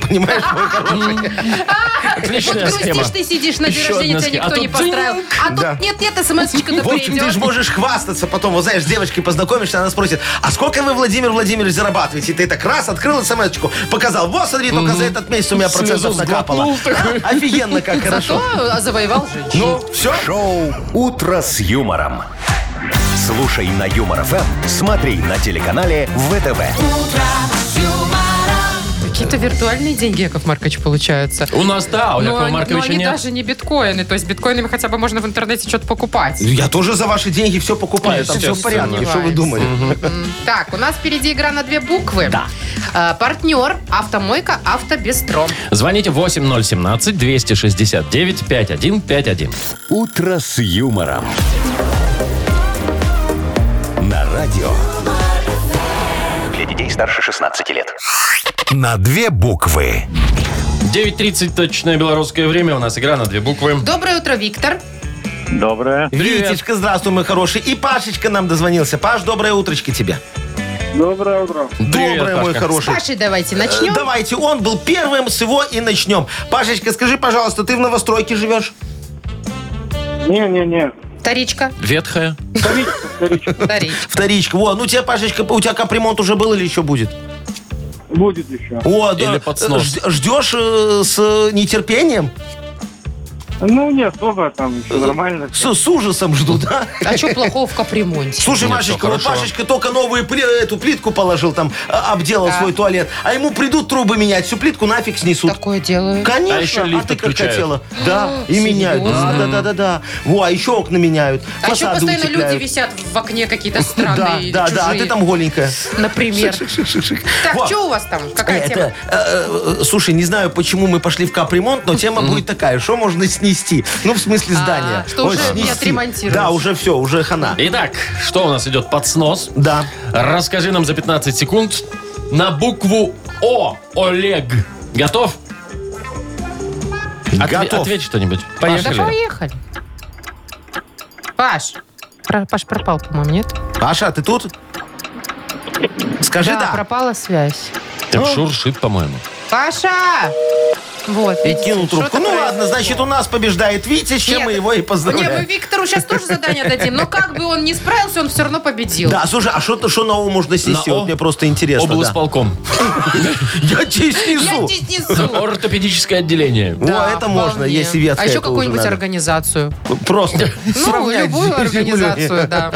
Speaker 4: понимаешь? мой хороший?
Speaker 3: Вот
Speaker 2: Отличная схема.
Speaker 3: грустишь ты сидишь на день
Speaker 2: Еще
Speaker 3: рождения,
Speaker 2: одна
Speaker 3: тебя
Speaker 2: схема.
Speaker 3: никто
Speaker 2: А
Speaker 3: не
Speaker 2: тут
Speaker 3: поздравил. А
Speaker 4: Да.
Speaker 3: тут нет-нет, смс-очка да
Speaker 4: Вовчик, ты
Speaker 3: придет.
Speaker 4: же можешь хвастаться потом. Вот знаешь, с девочкой познакомишься, она спросит, а сколько вы, Владимир Владимирович, зарабатываете? И ты так раз открыл смс-очку, показал, вот смотри, только за этот месяц у меня процентов накапало. Да, Офигенно, как хорошо.
Speaker 3: Зато а, завоевал женщину.
Speaker 4: Ну, все?
Speaker 1: Шоу «Утро с юмором». Слушай на Юмор ФМ, смотри на телеканале ВТВ.
Speaker 3: Какие-то виртуальные деньги, Яков Маркович, получаются.
Speaker 2: У нас, да, у
Speaker 3: Но
Speaker 2: Якова
Speaker 3: они- но
Speaker 2: Марковича
Speaker 3: они
Speaker 2: нет.
Speaker 3: даже не биткоины. То есть биткоинами хотя бы можно в интернете что-то покупать.
Speaker 4: Я тоже за ваши деньги все покупаю, там все в
Speaker 2: Естественно.
Speaker 4: порядке. Что вы думали?
Speaker 3: Так, у нас впереди игра на две буквы. Да. партнер автомойка Автобестро.
Speaker 2: Звоните 8017-269-5151.
Speaker 1: «Утро с юмором». На радио.
Speaker 5: Для детей старше 16 лет.
Speaker 1: На две буквы.
Speaker 2: 9.30 точное белорусское время. У нас игра на две буквы.
Speaker 3: Доброе утро, Виктор.
Speaker 8: Доброе.
Speaker 2: Привет.
Speaker 4: Витечка, здравствуй, мой хороший. И Пашечка нам дозвонился. Паш, доброе утречко тебе.
Speaker 6: Доброе утро.
Speaker 2: Привет,
Speaker 4: доброе, мой
Speaker 2: Пашка.
Speaker 4: хороший.
Speaker 3: Пашей давайте
Speaker 4: Э,
Speaker 3: начнем.
Speaker 4: Давайте, он был первым, с его и начнем. Пашечка, скажи, пожалуйста, ты в новостройке живешь?
Speaker 6: Не-не-не.
Speaker 3: Таричка,
Speaker 2: Ветхая.
Speaker 6: Вторичка, вторичка.
Speaker 3: Таричка.
Speaker 4: Вторичка. Во, ну тебе, Пашечка, у тебя капремонт уже был или еще будет?
Speaker 6: Будет еще.
Speaker 4: О,
Speaker 2: Или под снос.
Speaker 4: Ж- Ждешь э, с нетерпением?
Speaker 6: Ну, не особо там, еще нормально.
Speaker 4: С, с ужасом жду, да?
Speaker 3: А что плохого в капремонте?
Speaker 4: Слушай,
Speaker 2: Нет,
Speaker 4: Машечка,
Speaker 2: всё
Speaker 4: вот
Speaker 2: хорошо.
Speaker 4: Пашечка только новую пли- эту плитку положил там, э, обделал
Speaker 3: Да.
Speaker 4: свой туалет, а ему придут трубы менять, всю плитку нафиг снесут.
Speaker 3: Такое делаю.
Speaker 4: Конечно,
Speaker 2: А еще лифт
Speaker 4: ты как
Speaker 2: отключают.
Speaker 4: хотела. Да, и меняют. Да, да, да, да, да. Во, а еще окна меняют.
Speaker 3: А еще
Speaker 4: фасады
Speaker 3: постоянно
Speaker 4: утепляют.
Speaker 3: люди висят в окне какие-то
Speaker 4: Да,
Speaker 3: странные,
Speaker 4: да, да, а
Speaker 3: чужие,
Speaker 4: ты там голенькая.
Speaker 3: например. Так,
Speaker 4: Во. Э,
Speaker 3: что у вас там? Какая
Speaker 4: Это,
Speaker 3: тема?
Speaker 4: э, э, слушай, не знаю, почему мы пошли в капремонт, но тема будет такая, что можно снести. Ну, в смысле
Speaker 3: А,
Speaker 4: здания.
Speaker 3: что
Speaker 4: Вот
Speaker 3: уже не отремонтировать.
Speaker 4: Да, уже все, уже хана.
Speaker 2: Итак, что у нас идет под снос?
Speaker 4: Да.
Speaker 2: Расскажи нам за 15 секунд на букву О. Олег. Готов? Отве-
Speaker 4: Готов.
Speaker 2: Ответь что-нибудь.
Speaker 3: Да
Speaker 2: Поехали.
Speaker 3: поехали. Паш. Про- Паш пропал, по-моему, нет?
Speaker 4: Паша, ты тут? Скажи да.
Speaker 3: пропала связь.
Speaker 2: Там шуршит, по-моему.
Speaker 3: Паша! Вот.
Speaker 4: И кинул
Speaker 3: что
Speaker 4: трубку.
Speaker 3: такое?
Speaker 4: Ну ладно, значит, у нас побеждает Витя, с чем
Speaker 3: Нет.
Speaker 4: мы его и
Speaker 3: Не, мы
Speaker 4: поздравляем.
Speaker 3: Виктору сейчас тоже задание дадим, но как бы он не справился, он все равно победил.
Speaker 4: Да, слушай, а что что на О можно снести?
Speaker 2: На О?
Speaker 4: Вот мне просто интересно. да.
Speaker 2: Облсполком.
Speaker 4: Я тебе
Speaker 3: Я
Speaker 4: снизу.
Speaker 3: здесь несу.
Speaker 2: Ортопедическое отделение.
Speaker 4: О, это можно,
Speaker 3: вполне.
Speaker 4: если ветка.
Speaker 3: А еще
Speaker 4: это
Speaker 3: какую-нибудь
Speaker 4: уже надо.
Speaker 3: организацию.
Speaker 4: Просто.
Speaker 3: Ну,
Speaker 4: сравнять
Speaker 3: любую
Speaker 4: с землей.
Speaker 3: организацию, да.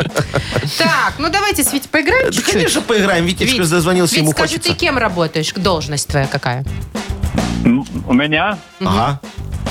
Speaker 3: Так, ну давайте, Свить, поиграем
Speaker 4: Да,
Speaker 3: чуть-чуть?
Speaker 4: конечно, поиграем. Витечка
Speaker 3: Вить,
Speaker 4: зазвонился,
Speaker 3: Вить,
Speaker 4: ему
Speaker 3: скажи,
Speaker 4: хочется.
Speaker 3: ты кем работаешь? Должность твоя какая?
Speaker 8: М,
Speaker 6: Ну,
Speaker 8: У меня?
Speaker 4: Ага.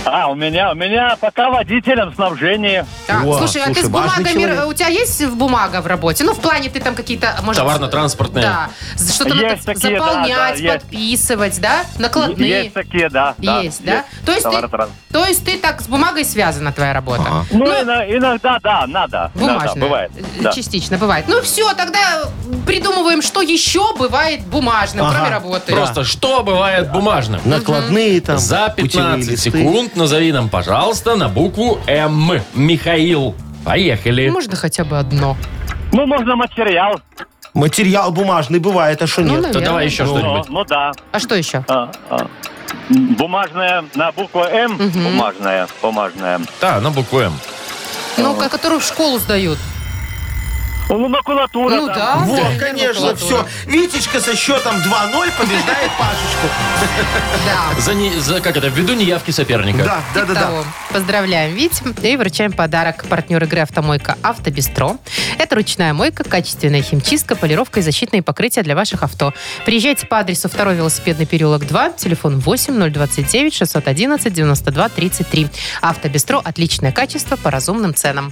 Speaker 8: А, у меня, у меня пока водителем снабжения.
Speaker 3: Так,
Speaker 4: О,
Speaker 3: слушай, а ты
Speaker 4: слушай,
Speaker 3: с
Speaker 4: важный
Speaker 3: бумагами,
Speaker 4: человек.
Speaker 3: у тебя есть в бумага в работе? Ну, в плане ты там какие-то, может...
Speaker 2: Товарно-транспортные.
Speaker 3: Да, что-то надо
Speaker 8: Есть такие, да,
Speaker 3: заполнять,
Speaker 8: да, есть.
Speaker 3: подписывать, да? Накладные.
Speaker 8: Есть такие, да. да,
Speaker 3: Есть, да? То есть, ты,
Speaker 8: Товаротранс-
Speaker 3: то есть ты так с бумагой связана твоя работа?
Speaker 4: Ага.
Speaker 8: Ну, ино- иногда, да, надо. Иногда,
Speaker 3: Бумажная.
Speaker 8: бывает.
Speaker 3: Э,
Speaker 8: Да.
Speaker 3: Частично бывает. Ну все, тогда придумываем, что еще бывает бумажным,
Speaker 4: Ага.
Speaker 3: кроме работы.
Speaker 2: Просто что бывает бумажным?
Speaker 4: Накладные там.
Speaker 2: За
Speaker 4: путевые
Speaker 2: 15
Speaker 4: листы.
Speaker 2: секунд назови нам, пожалуйста, на букву М. Михаил. Поехали.
Speaker 3: Можно хотя бы одно.
Speaker 8: Ну, можно материал.
Speaker 4: Материал бумажный бывает, а что
Speaker 3: Ну,
Speaker 4: нет?
Speaker 2: Да
Speaker 3: наверное.
Speaker 2: давай еще
Speaker 8: Ну,
Speaker 2: что-нибудь.
Speaker 8: ну да.
Speaker 3: А что еще?
Speaker 8: А, а. М, Бумажная на букву М. Бумажная, бумажная.
Speaker 2: Да, на букву М.
Speaker 3: Ну, ка- которую в школу сдают.
Speaker 8: Ну, макулатура.
Speaker 3: Ну
Speaker 8: там.
Speaker 3: да.
Speaker 4: Вот,
Speaker 3: наверное,
Speaker 4: конечно, все.
Speaker 3: макулатура.
Speaker 4: Витечка со счетом 2-0 побеждает Пашечку.
Speaker 3: Да.
Speaker 2: За, не- за как это, ввиду неявки соперника.
Speaker 4: Да, да, да, да.
Speaker 3: Того. Поздравляем, Вить, и вручаем подарок. Партнер игры «Автомойка Автобестро». Это ручная мойка, качественная химчистка, полировка и защитные покрытия для ваших авто. Приезжайте по адресу 2 велосипедный переулок 2, телефон 8 029 611 92 33. «Автобестро» – отличное качество по разумным ценам.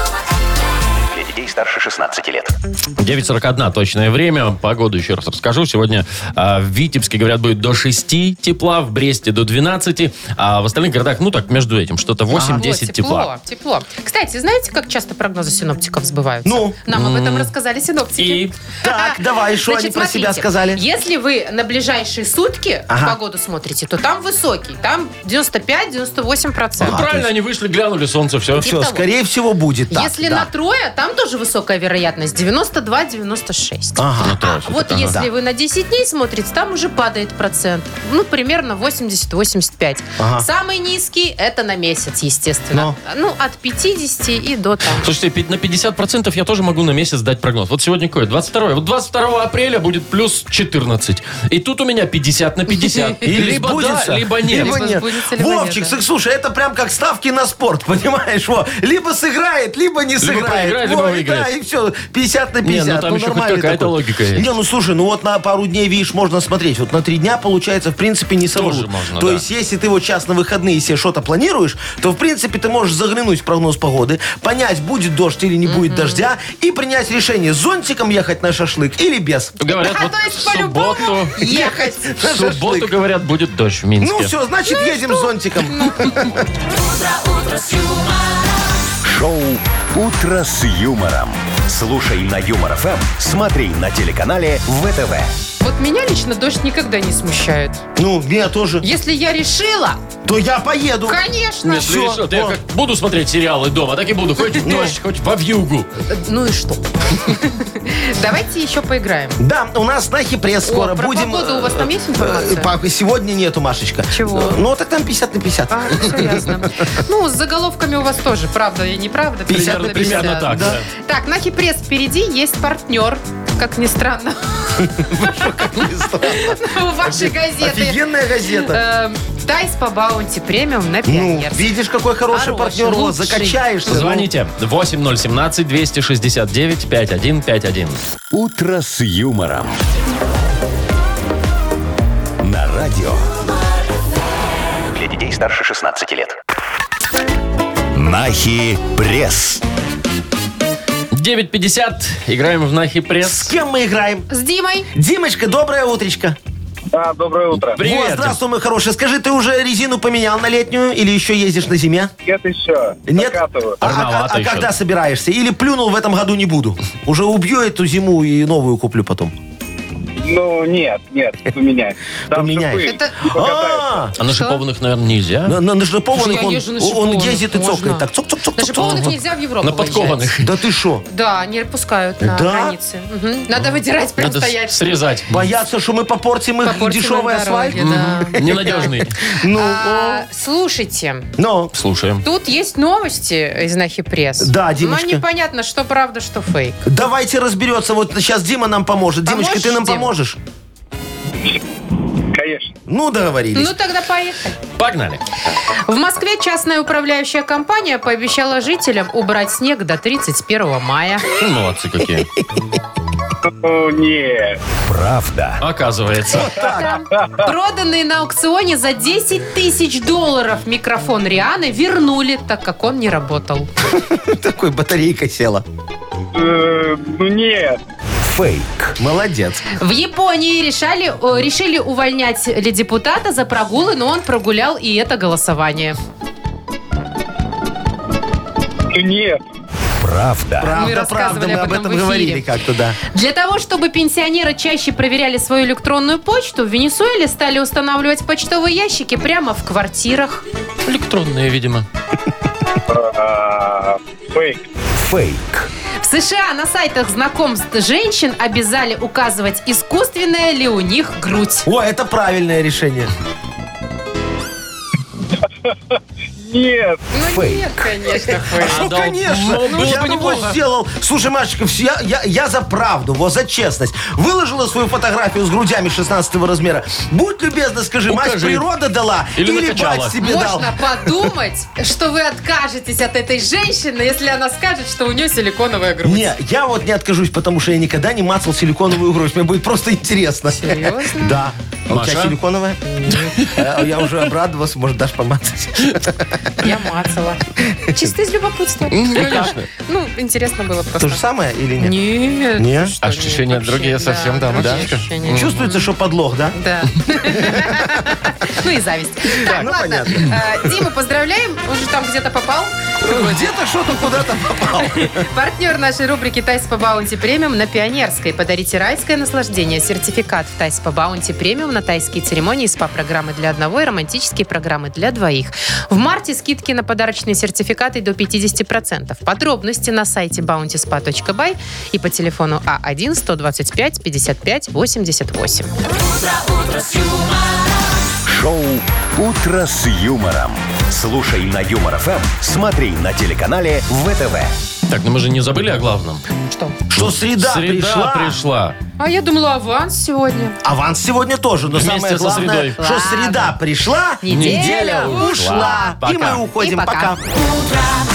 Speaker 5: Для детей старше 16 лет.
Speaker 2: 9.41 точное время. Погоду еще раз расскажу. Сегодня а, в Витебске, говорят, будет до 6 тепла, в Бресте до 12, а в остальных городах, ну так, между этим, что-то 8-10 тепла.
Speaker 3: Тепло, Тепло, тепло. Кстати, знаете, как часто прогнозы синоптиков сбываются?
Speaker 4: Ну?
Speaker 3: Нам об этом рассказали синоптики.
Speaker 2: И?
Speaker 4: Так, давай, что они
Speaker 3: Значит,
Speaker 4: про себя
Speaker 3: смотрите,
Speaker 4: сказали?
Speaker 3: Если вы на ближайшие сутки
Speaker 4: Ага.
Speaker 3: погоду смотрите, то там высокий, там 95-98%.
Speaker 2: Ну,
Speaker 3: процентов.
Speaker 2: правильно, они вышли, глянули, солнце, все.
Speaker 4: Все,
Speaker 3: того.
Speaker 4: скорее всего, будет так.
Speaker 3: Если
Speaker 4: да.
Speaker 3: на трое, там тоже высокая вероятность 92-96.
Speaker 4: Ага. ну,
Speaker 3: А вот если вы на 10 дней смотрите, там уже падает процент. Ну, примерно 80-85.
Speaker 4: Ага.
Speaker 3: Самый низкий это на месяц, естественно. Ну, от 50 и до там.
Speaker 2: Слушайте, пи- на 50% я тоже могу на месяц дать прогноз. Вот сегодня какое? 22 Вот 22 апреля будет плюс 14. И тут у меня 50 на 50.
Speaker 4: Или
Speaker 2: либо
Speaker 4: сбудется,
Speaker 2: да, либо нет.
Speaker 4: либо нет.
Speaker 3: Сбудется, либо
Speaker 4: Вовчик,
Speaker 3: нет, да.
Speaker 4: ск- слушай, это прям как ставки на спорт, понимаешь? Во. Либо сыграет, либо не сыграет.
Speaker 2: проиграет,
Speaker 4: Во,
Speaker 2: либо
Speaker 4: и да,
Speaker 2: выиграет.
Speaker 4: и все, 50 на 50.
Speaker 2: Не, ну там еще хоть
Speaker 4: нормальный
Speaker 2: какая-то
Speaker 4: такой.
Speaker 2: логика есть.
Speaker 4: Не, ну слушай, ну вот на пару дней, видишь, можно смотреть. Вот на три дня, получается, в принципе, не соврут.
Speaker 2: можно,
Speaker 4: То
Speaker 2: да.
Speaker 4: есть, если ты вот сейчас на выходные себе что-то планируешь, то, в принципе, ты можешь заглянуть в прогноз погоды, понять, будет дождь или не будет дождя, и принять решение, с зонтиком ехать на шашлык или без.
Speaker 2: Говорят,
Speaker 3: А
Speaker 2: вот
Speaker 3: то
Speaker 2: в
Speaker 3: есть по-любому
Speaker 2: субботу...
Speaker 3: Ехать.
Speaker 2: В субботу, говорят, будет дождь в Минске.
Speaker 4: Ну все, значит, едем с зонтиком.
Speaker 3: Ну.
Speaker 1: Шоу «Утро с юмором». Слушай на Юмор ФМ, смотри на телеканале ВТВ.
Speaker 3: Вот меня лично дождь никогда не смущает.
Speaker 4: Ну, меня тоже.
Speaker 3: Если я решила,
Speaker 4: То я поеду.
Speaker 3: конечно.
Speaker 2: Нет, ты
Speaker 4: всё,
Speaker 2: решил, ты я
Speaker 4: о.
Speaker 2: как буду смотреть сериалы дома, так и буду. Хоть в дождь, хоть во вьюгу.
Speaker 3: Ну и что? Давайте еще поиграем.
Speaker 4: Да, у нас на пресс
Speaker 3: О,
Speaker 4: скоро
Speaker 3: про
Speaker 4: будем.
Speaker 3: погоду у вас там есть
Speaker 4: э,
Speaker 3: информация?
Speaker 4: э, папа, сегодня нету, Машечка.
Speaker 3: Чего?
Speaker 4: Э, Ну, так там 50 на 50.
Speaker 3: А, все ясно. Ну, с заголовками у вас тоже, правда и неправда.
Speaker 4: 50
Speaker 2: Примерно, примерно так, да.
Speaker 3: Так, на Хипресс впереди есть партнер, как ни странно, у вашей газеты.
Speaker 4: Офигенная газета.
Speaker 3: Эм, Тайс по баунти премиум на
Speaker 4: Ну,
Speaker 3: Пионерской.
Speaker 4: видишь, какой хороший
Speaker 3: Хороший,
Speaker 4: партнер. О,
Speaker 3: лучший.
Speaker 4: закачаешься. ну.
Speaker 2: Звоните 8017-269-5151.
Speaker 1: «Утро с юмором». На радио.
Speaker 5: Для детей старше 16 лет.
Speaker 1: Нахи пресс.
Speaker 2: 9.50. Играем в Нахи
Speaker 4: С
Speaker 2: Пресс.
Speaker 4: кем мы играем?
Speaker 3: С Димой.
Speaker 4: Димочка, доброе утречко.
Speaker 6: Да, доброе утро.
Speaker 4: О,
Speaker 2: Привет.
Speaker 4: здравствуй, мой хороший. Скажи, ты уже резину поменял на летнюю или еще ездишь на зиме?
Speaker 6: Нет еще.
Speaker 4: Нет? А,
Speaker 6: Докатываю.
Speaker 4: а-
Speaker 2: Рановато
Speaker 4: а
Speaker 2: еще.
Speaker 4: когда собираешься? Или плюнул в этом году не буду? Уже убью эту зиму и новую куплю потом.
Speaker 6: Ну, нет, нет, поменяй. Там же
Speaker 4: Поменяй.
Speaker 6: пыль.
Speaker 3: Это-
Speaker 6: Покатаюсь.
Speaker 4: А,
Speaker 2: А на шипованных, наверное, нельзя.
Speaker 4: на, на, на жопованных
Speaker 3: Слушай, я езжу на
Speaker 4: он, он
Speaker 3: шипованных,
Speaker 4: ездит и
Speaker 3: можно.
Speaker 4: цокает так. Цок, цок, цок,
Speaker 3: На
Speaker 4: цок, цок.
Speaker 3: шипованных нельзя в Европу
Speaker 2: На
Speaker 3: выезжать.
Speaker 2: подкованных.
Speaker 4: Да ты шо?
Speaker 3: Да, не пускают на
Speaker 4: Да?
Speaker 3: границе. Мгм. Надо выдирать, прям
Speaker 2: Надо с-
Speaker 3: стоять.
Speaker 2: срезать.
Speaker 4: Боятся, что мы попортим их
Speaker 3: Попортим
Speaker 4: дешевый
Speaker 3: на
Speaker 4: асфальт?
Speaker 3: дороге, да.
Speaker 2: Ненадежный.
Speaker 4: Ну,
Speaker 3: А, слушайте,
Speaker 4: но...
Speaker 2: Слушаем.
Speaker 3: тут есть новости из Нахи Пресс.
Speaker 4: Да,
Speaker 3: Но
Speaker 4: Димочка.
Speaker 3: непонятно, что правда, что фейк.
Speaker 4: Давайте разберется. Вот сейчас Дима нам поможет. Димочка, ты
Speaker 3: Поможешь,
Speaker 4: нам
Speaker 3: Дим?
Speaker 4: поможешь?
Speaker 6: Конечно.
Speaker 4: Ну, договорились.
Speaker 3: Ну тогда поехали.
Speaker 2: Погнали.
Speaker 3: В Москве частная управляющая компания пообещала жителям убрать снег до 31 мая.
Speaker 2: Ну, Молодцы какие.
Speaker 6: Ну, нет.
Speaker 1: Правда.
Speaker 2: Оказывается.
Speaker 3: Проданный на аукционе за 10 тысяч долларов микрофон Рианы вернули, так как он не работал.
Speaker 4: Такой батарейка села.
Speaker 6: Э, ну, нет.
Speaker 1: Фейк.
Speaker 4: Молодец.
Speaker 3: В Японии решали, э, решили увольнять ли депутата за прогулы, но он прогулял и это голосование.
Speaker 6: Ну, нет.
Speaker 1: Правда.
Speaker 4: Правда,
Speaker 3: рассказывали
Speaker 4: правда, мы
Speaker 3: об
Speaker 4: об
Speaker 3: этом
Speaker 4: этом
Speaker 3: в эфире.
Speaker 4: говорили как-то, да.
Speaker 3: Для того, чтобы пенсионеры чаще проверяли свою электронную почту, в Венесуэле стали устанавливать почтовые ящики прямо в квартирах.
Speaker 2: Электронные, видимо.
Speaker 6: А, Фейк.
Speaker 1: Фейк.
Speaker 3: В США на сайтах знакомств женщин обязали указывать, искусственная ли у них грудь.
Speaker 4: О, это правильное решение.
Speaker 6: Нет.
Speaker 3: Ну
Speaker 1: Фейк.
Speaker 3: нет, конечно,
Speaker 4: А что,
Speaker 2: да,
Speaker 4: конечно.
Speaker 2: ну, было
Speaker 4: я
Speaker 2: бы
Speaker 4: его
Speaker 2: неплохо.
Speaker 4: сделал. Слушай, Машечка, вс- я, я- я за правду, вот за честность. Выложила свою фотографию с грудями 16 размера. Будь любезна, скажи, мать
Speaker 2: Укажи.
Speaker 4: природа дала
Speaker 2: Или
Speaker 4: или,
Speaker 2: накачала.
Speaker 4: бать себе дал.
Speaker 3: Можно подумать, что вы откажетесь от этой женщины, если она скажет, что у нее силиконовая грудь.
Speaker 4: Не, я вот не откажусь, потому что я никогда не мацал силиконовую грудь. Мне будет просто интересно.
Speaker 3: Серьезно?
Speaker 4: Да. А У тебя
Speaker 2: Маша?
Speaker 4: силиконовая? Э, Я уже обрадовался, может, дашь помацать.
Speaker 3: Я мацала. Чисто из любопытства.
Speaker 2: Конечно.
Speaker 3: Ну, интересно было
Speaker 4: То
Speaker 3: просто.
Speaker 4: же самое или нет?
Speaker 3: Нет.
Speaker 4: Не?
Speaker 3: ты что,
Speaker 2: А Ощущения
Speaker 3: вообще,
Speaker 2: другие совсем, да,
Speaker 3: другие
Speaker 2: Машечка?
Speaker 3: ощущения.
Speaker 4: Чувствуется, что подлог, да?
Speaker 3: Да. Ну и зависть. Так,
Speaker 4: ну,
Speaker 3: ладно. Э, Дима, поздравляем. Он же там где-то попал.
Speaker 4: Где-то что-то куда-то попал.
Speaker 3: Партнер нашей рубрики «Тайс по баунти премиум» на Пионерской. Подарите райское наслаждение. Сертификат в «Тайс по баунти премиум» на тайские церемонии, СПА-программы для одного и романтические программы для двоих. В марте скидки на подарочные сертификаты до 50%. Подробности на сайте bountyspa.by и по телефону А А1-125-55-88.
Speaker 1: Шоу «Утро с юмором». Слушай на Юмор ФМ, смотри на телеканале ВТВ.
Speaker 2: Так, ну мы же не забыли о главном.
Speaker 3: Что?
Speaker 4: Что среда
Speaker 2: Среда
Speaker 4: пришла.
Speaker 2: пришла.
Speaker 3: А я думала, аванс сегодня.
Speaker 4: Аванс сегодня тоже, но
Speaker 2: Вместе
Speaker 4: самое
Speaker 2: со средой.
Speaker 4: главное, что
Speaker 3: Ладно.
Speaker 4: среда пришла,
Speaker 3: Неделя
Speaker 4: неделя ушла.
Speaker 2: ушла.
Speaker 4: И
Speaker 2: Пока.
Speaker 4: мы уходим.
Speaker 3: И пока.
Speaker 4: Пока.
Speaker 11: Утро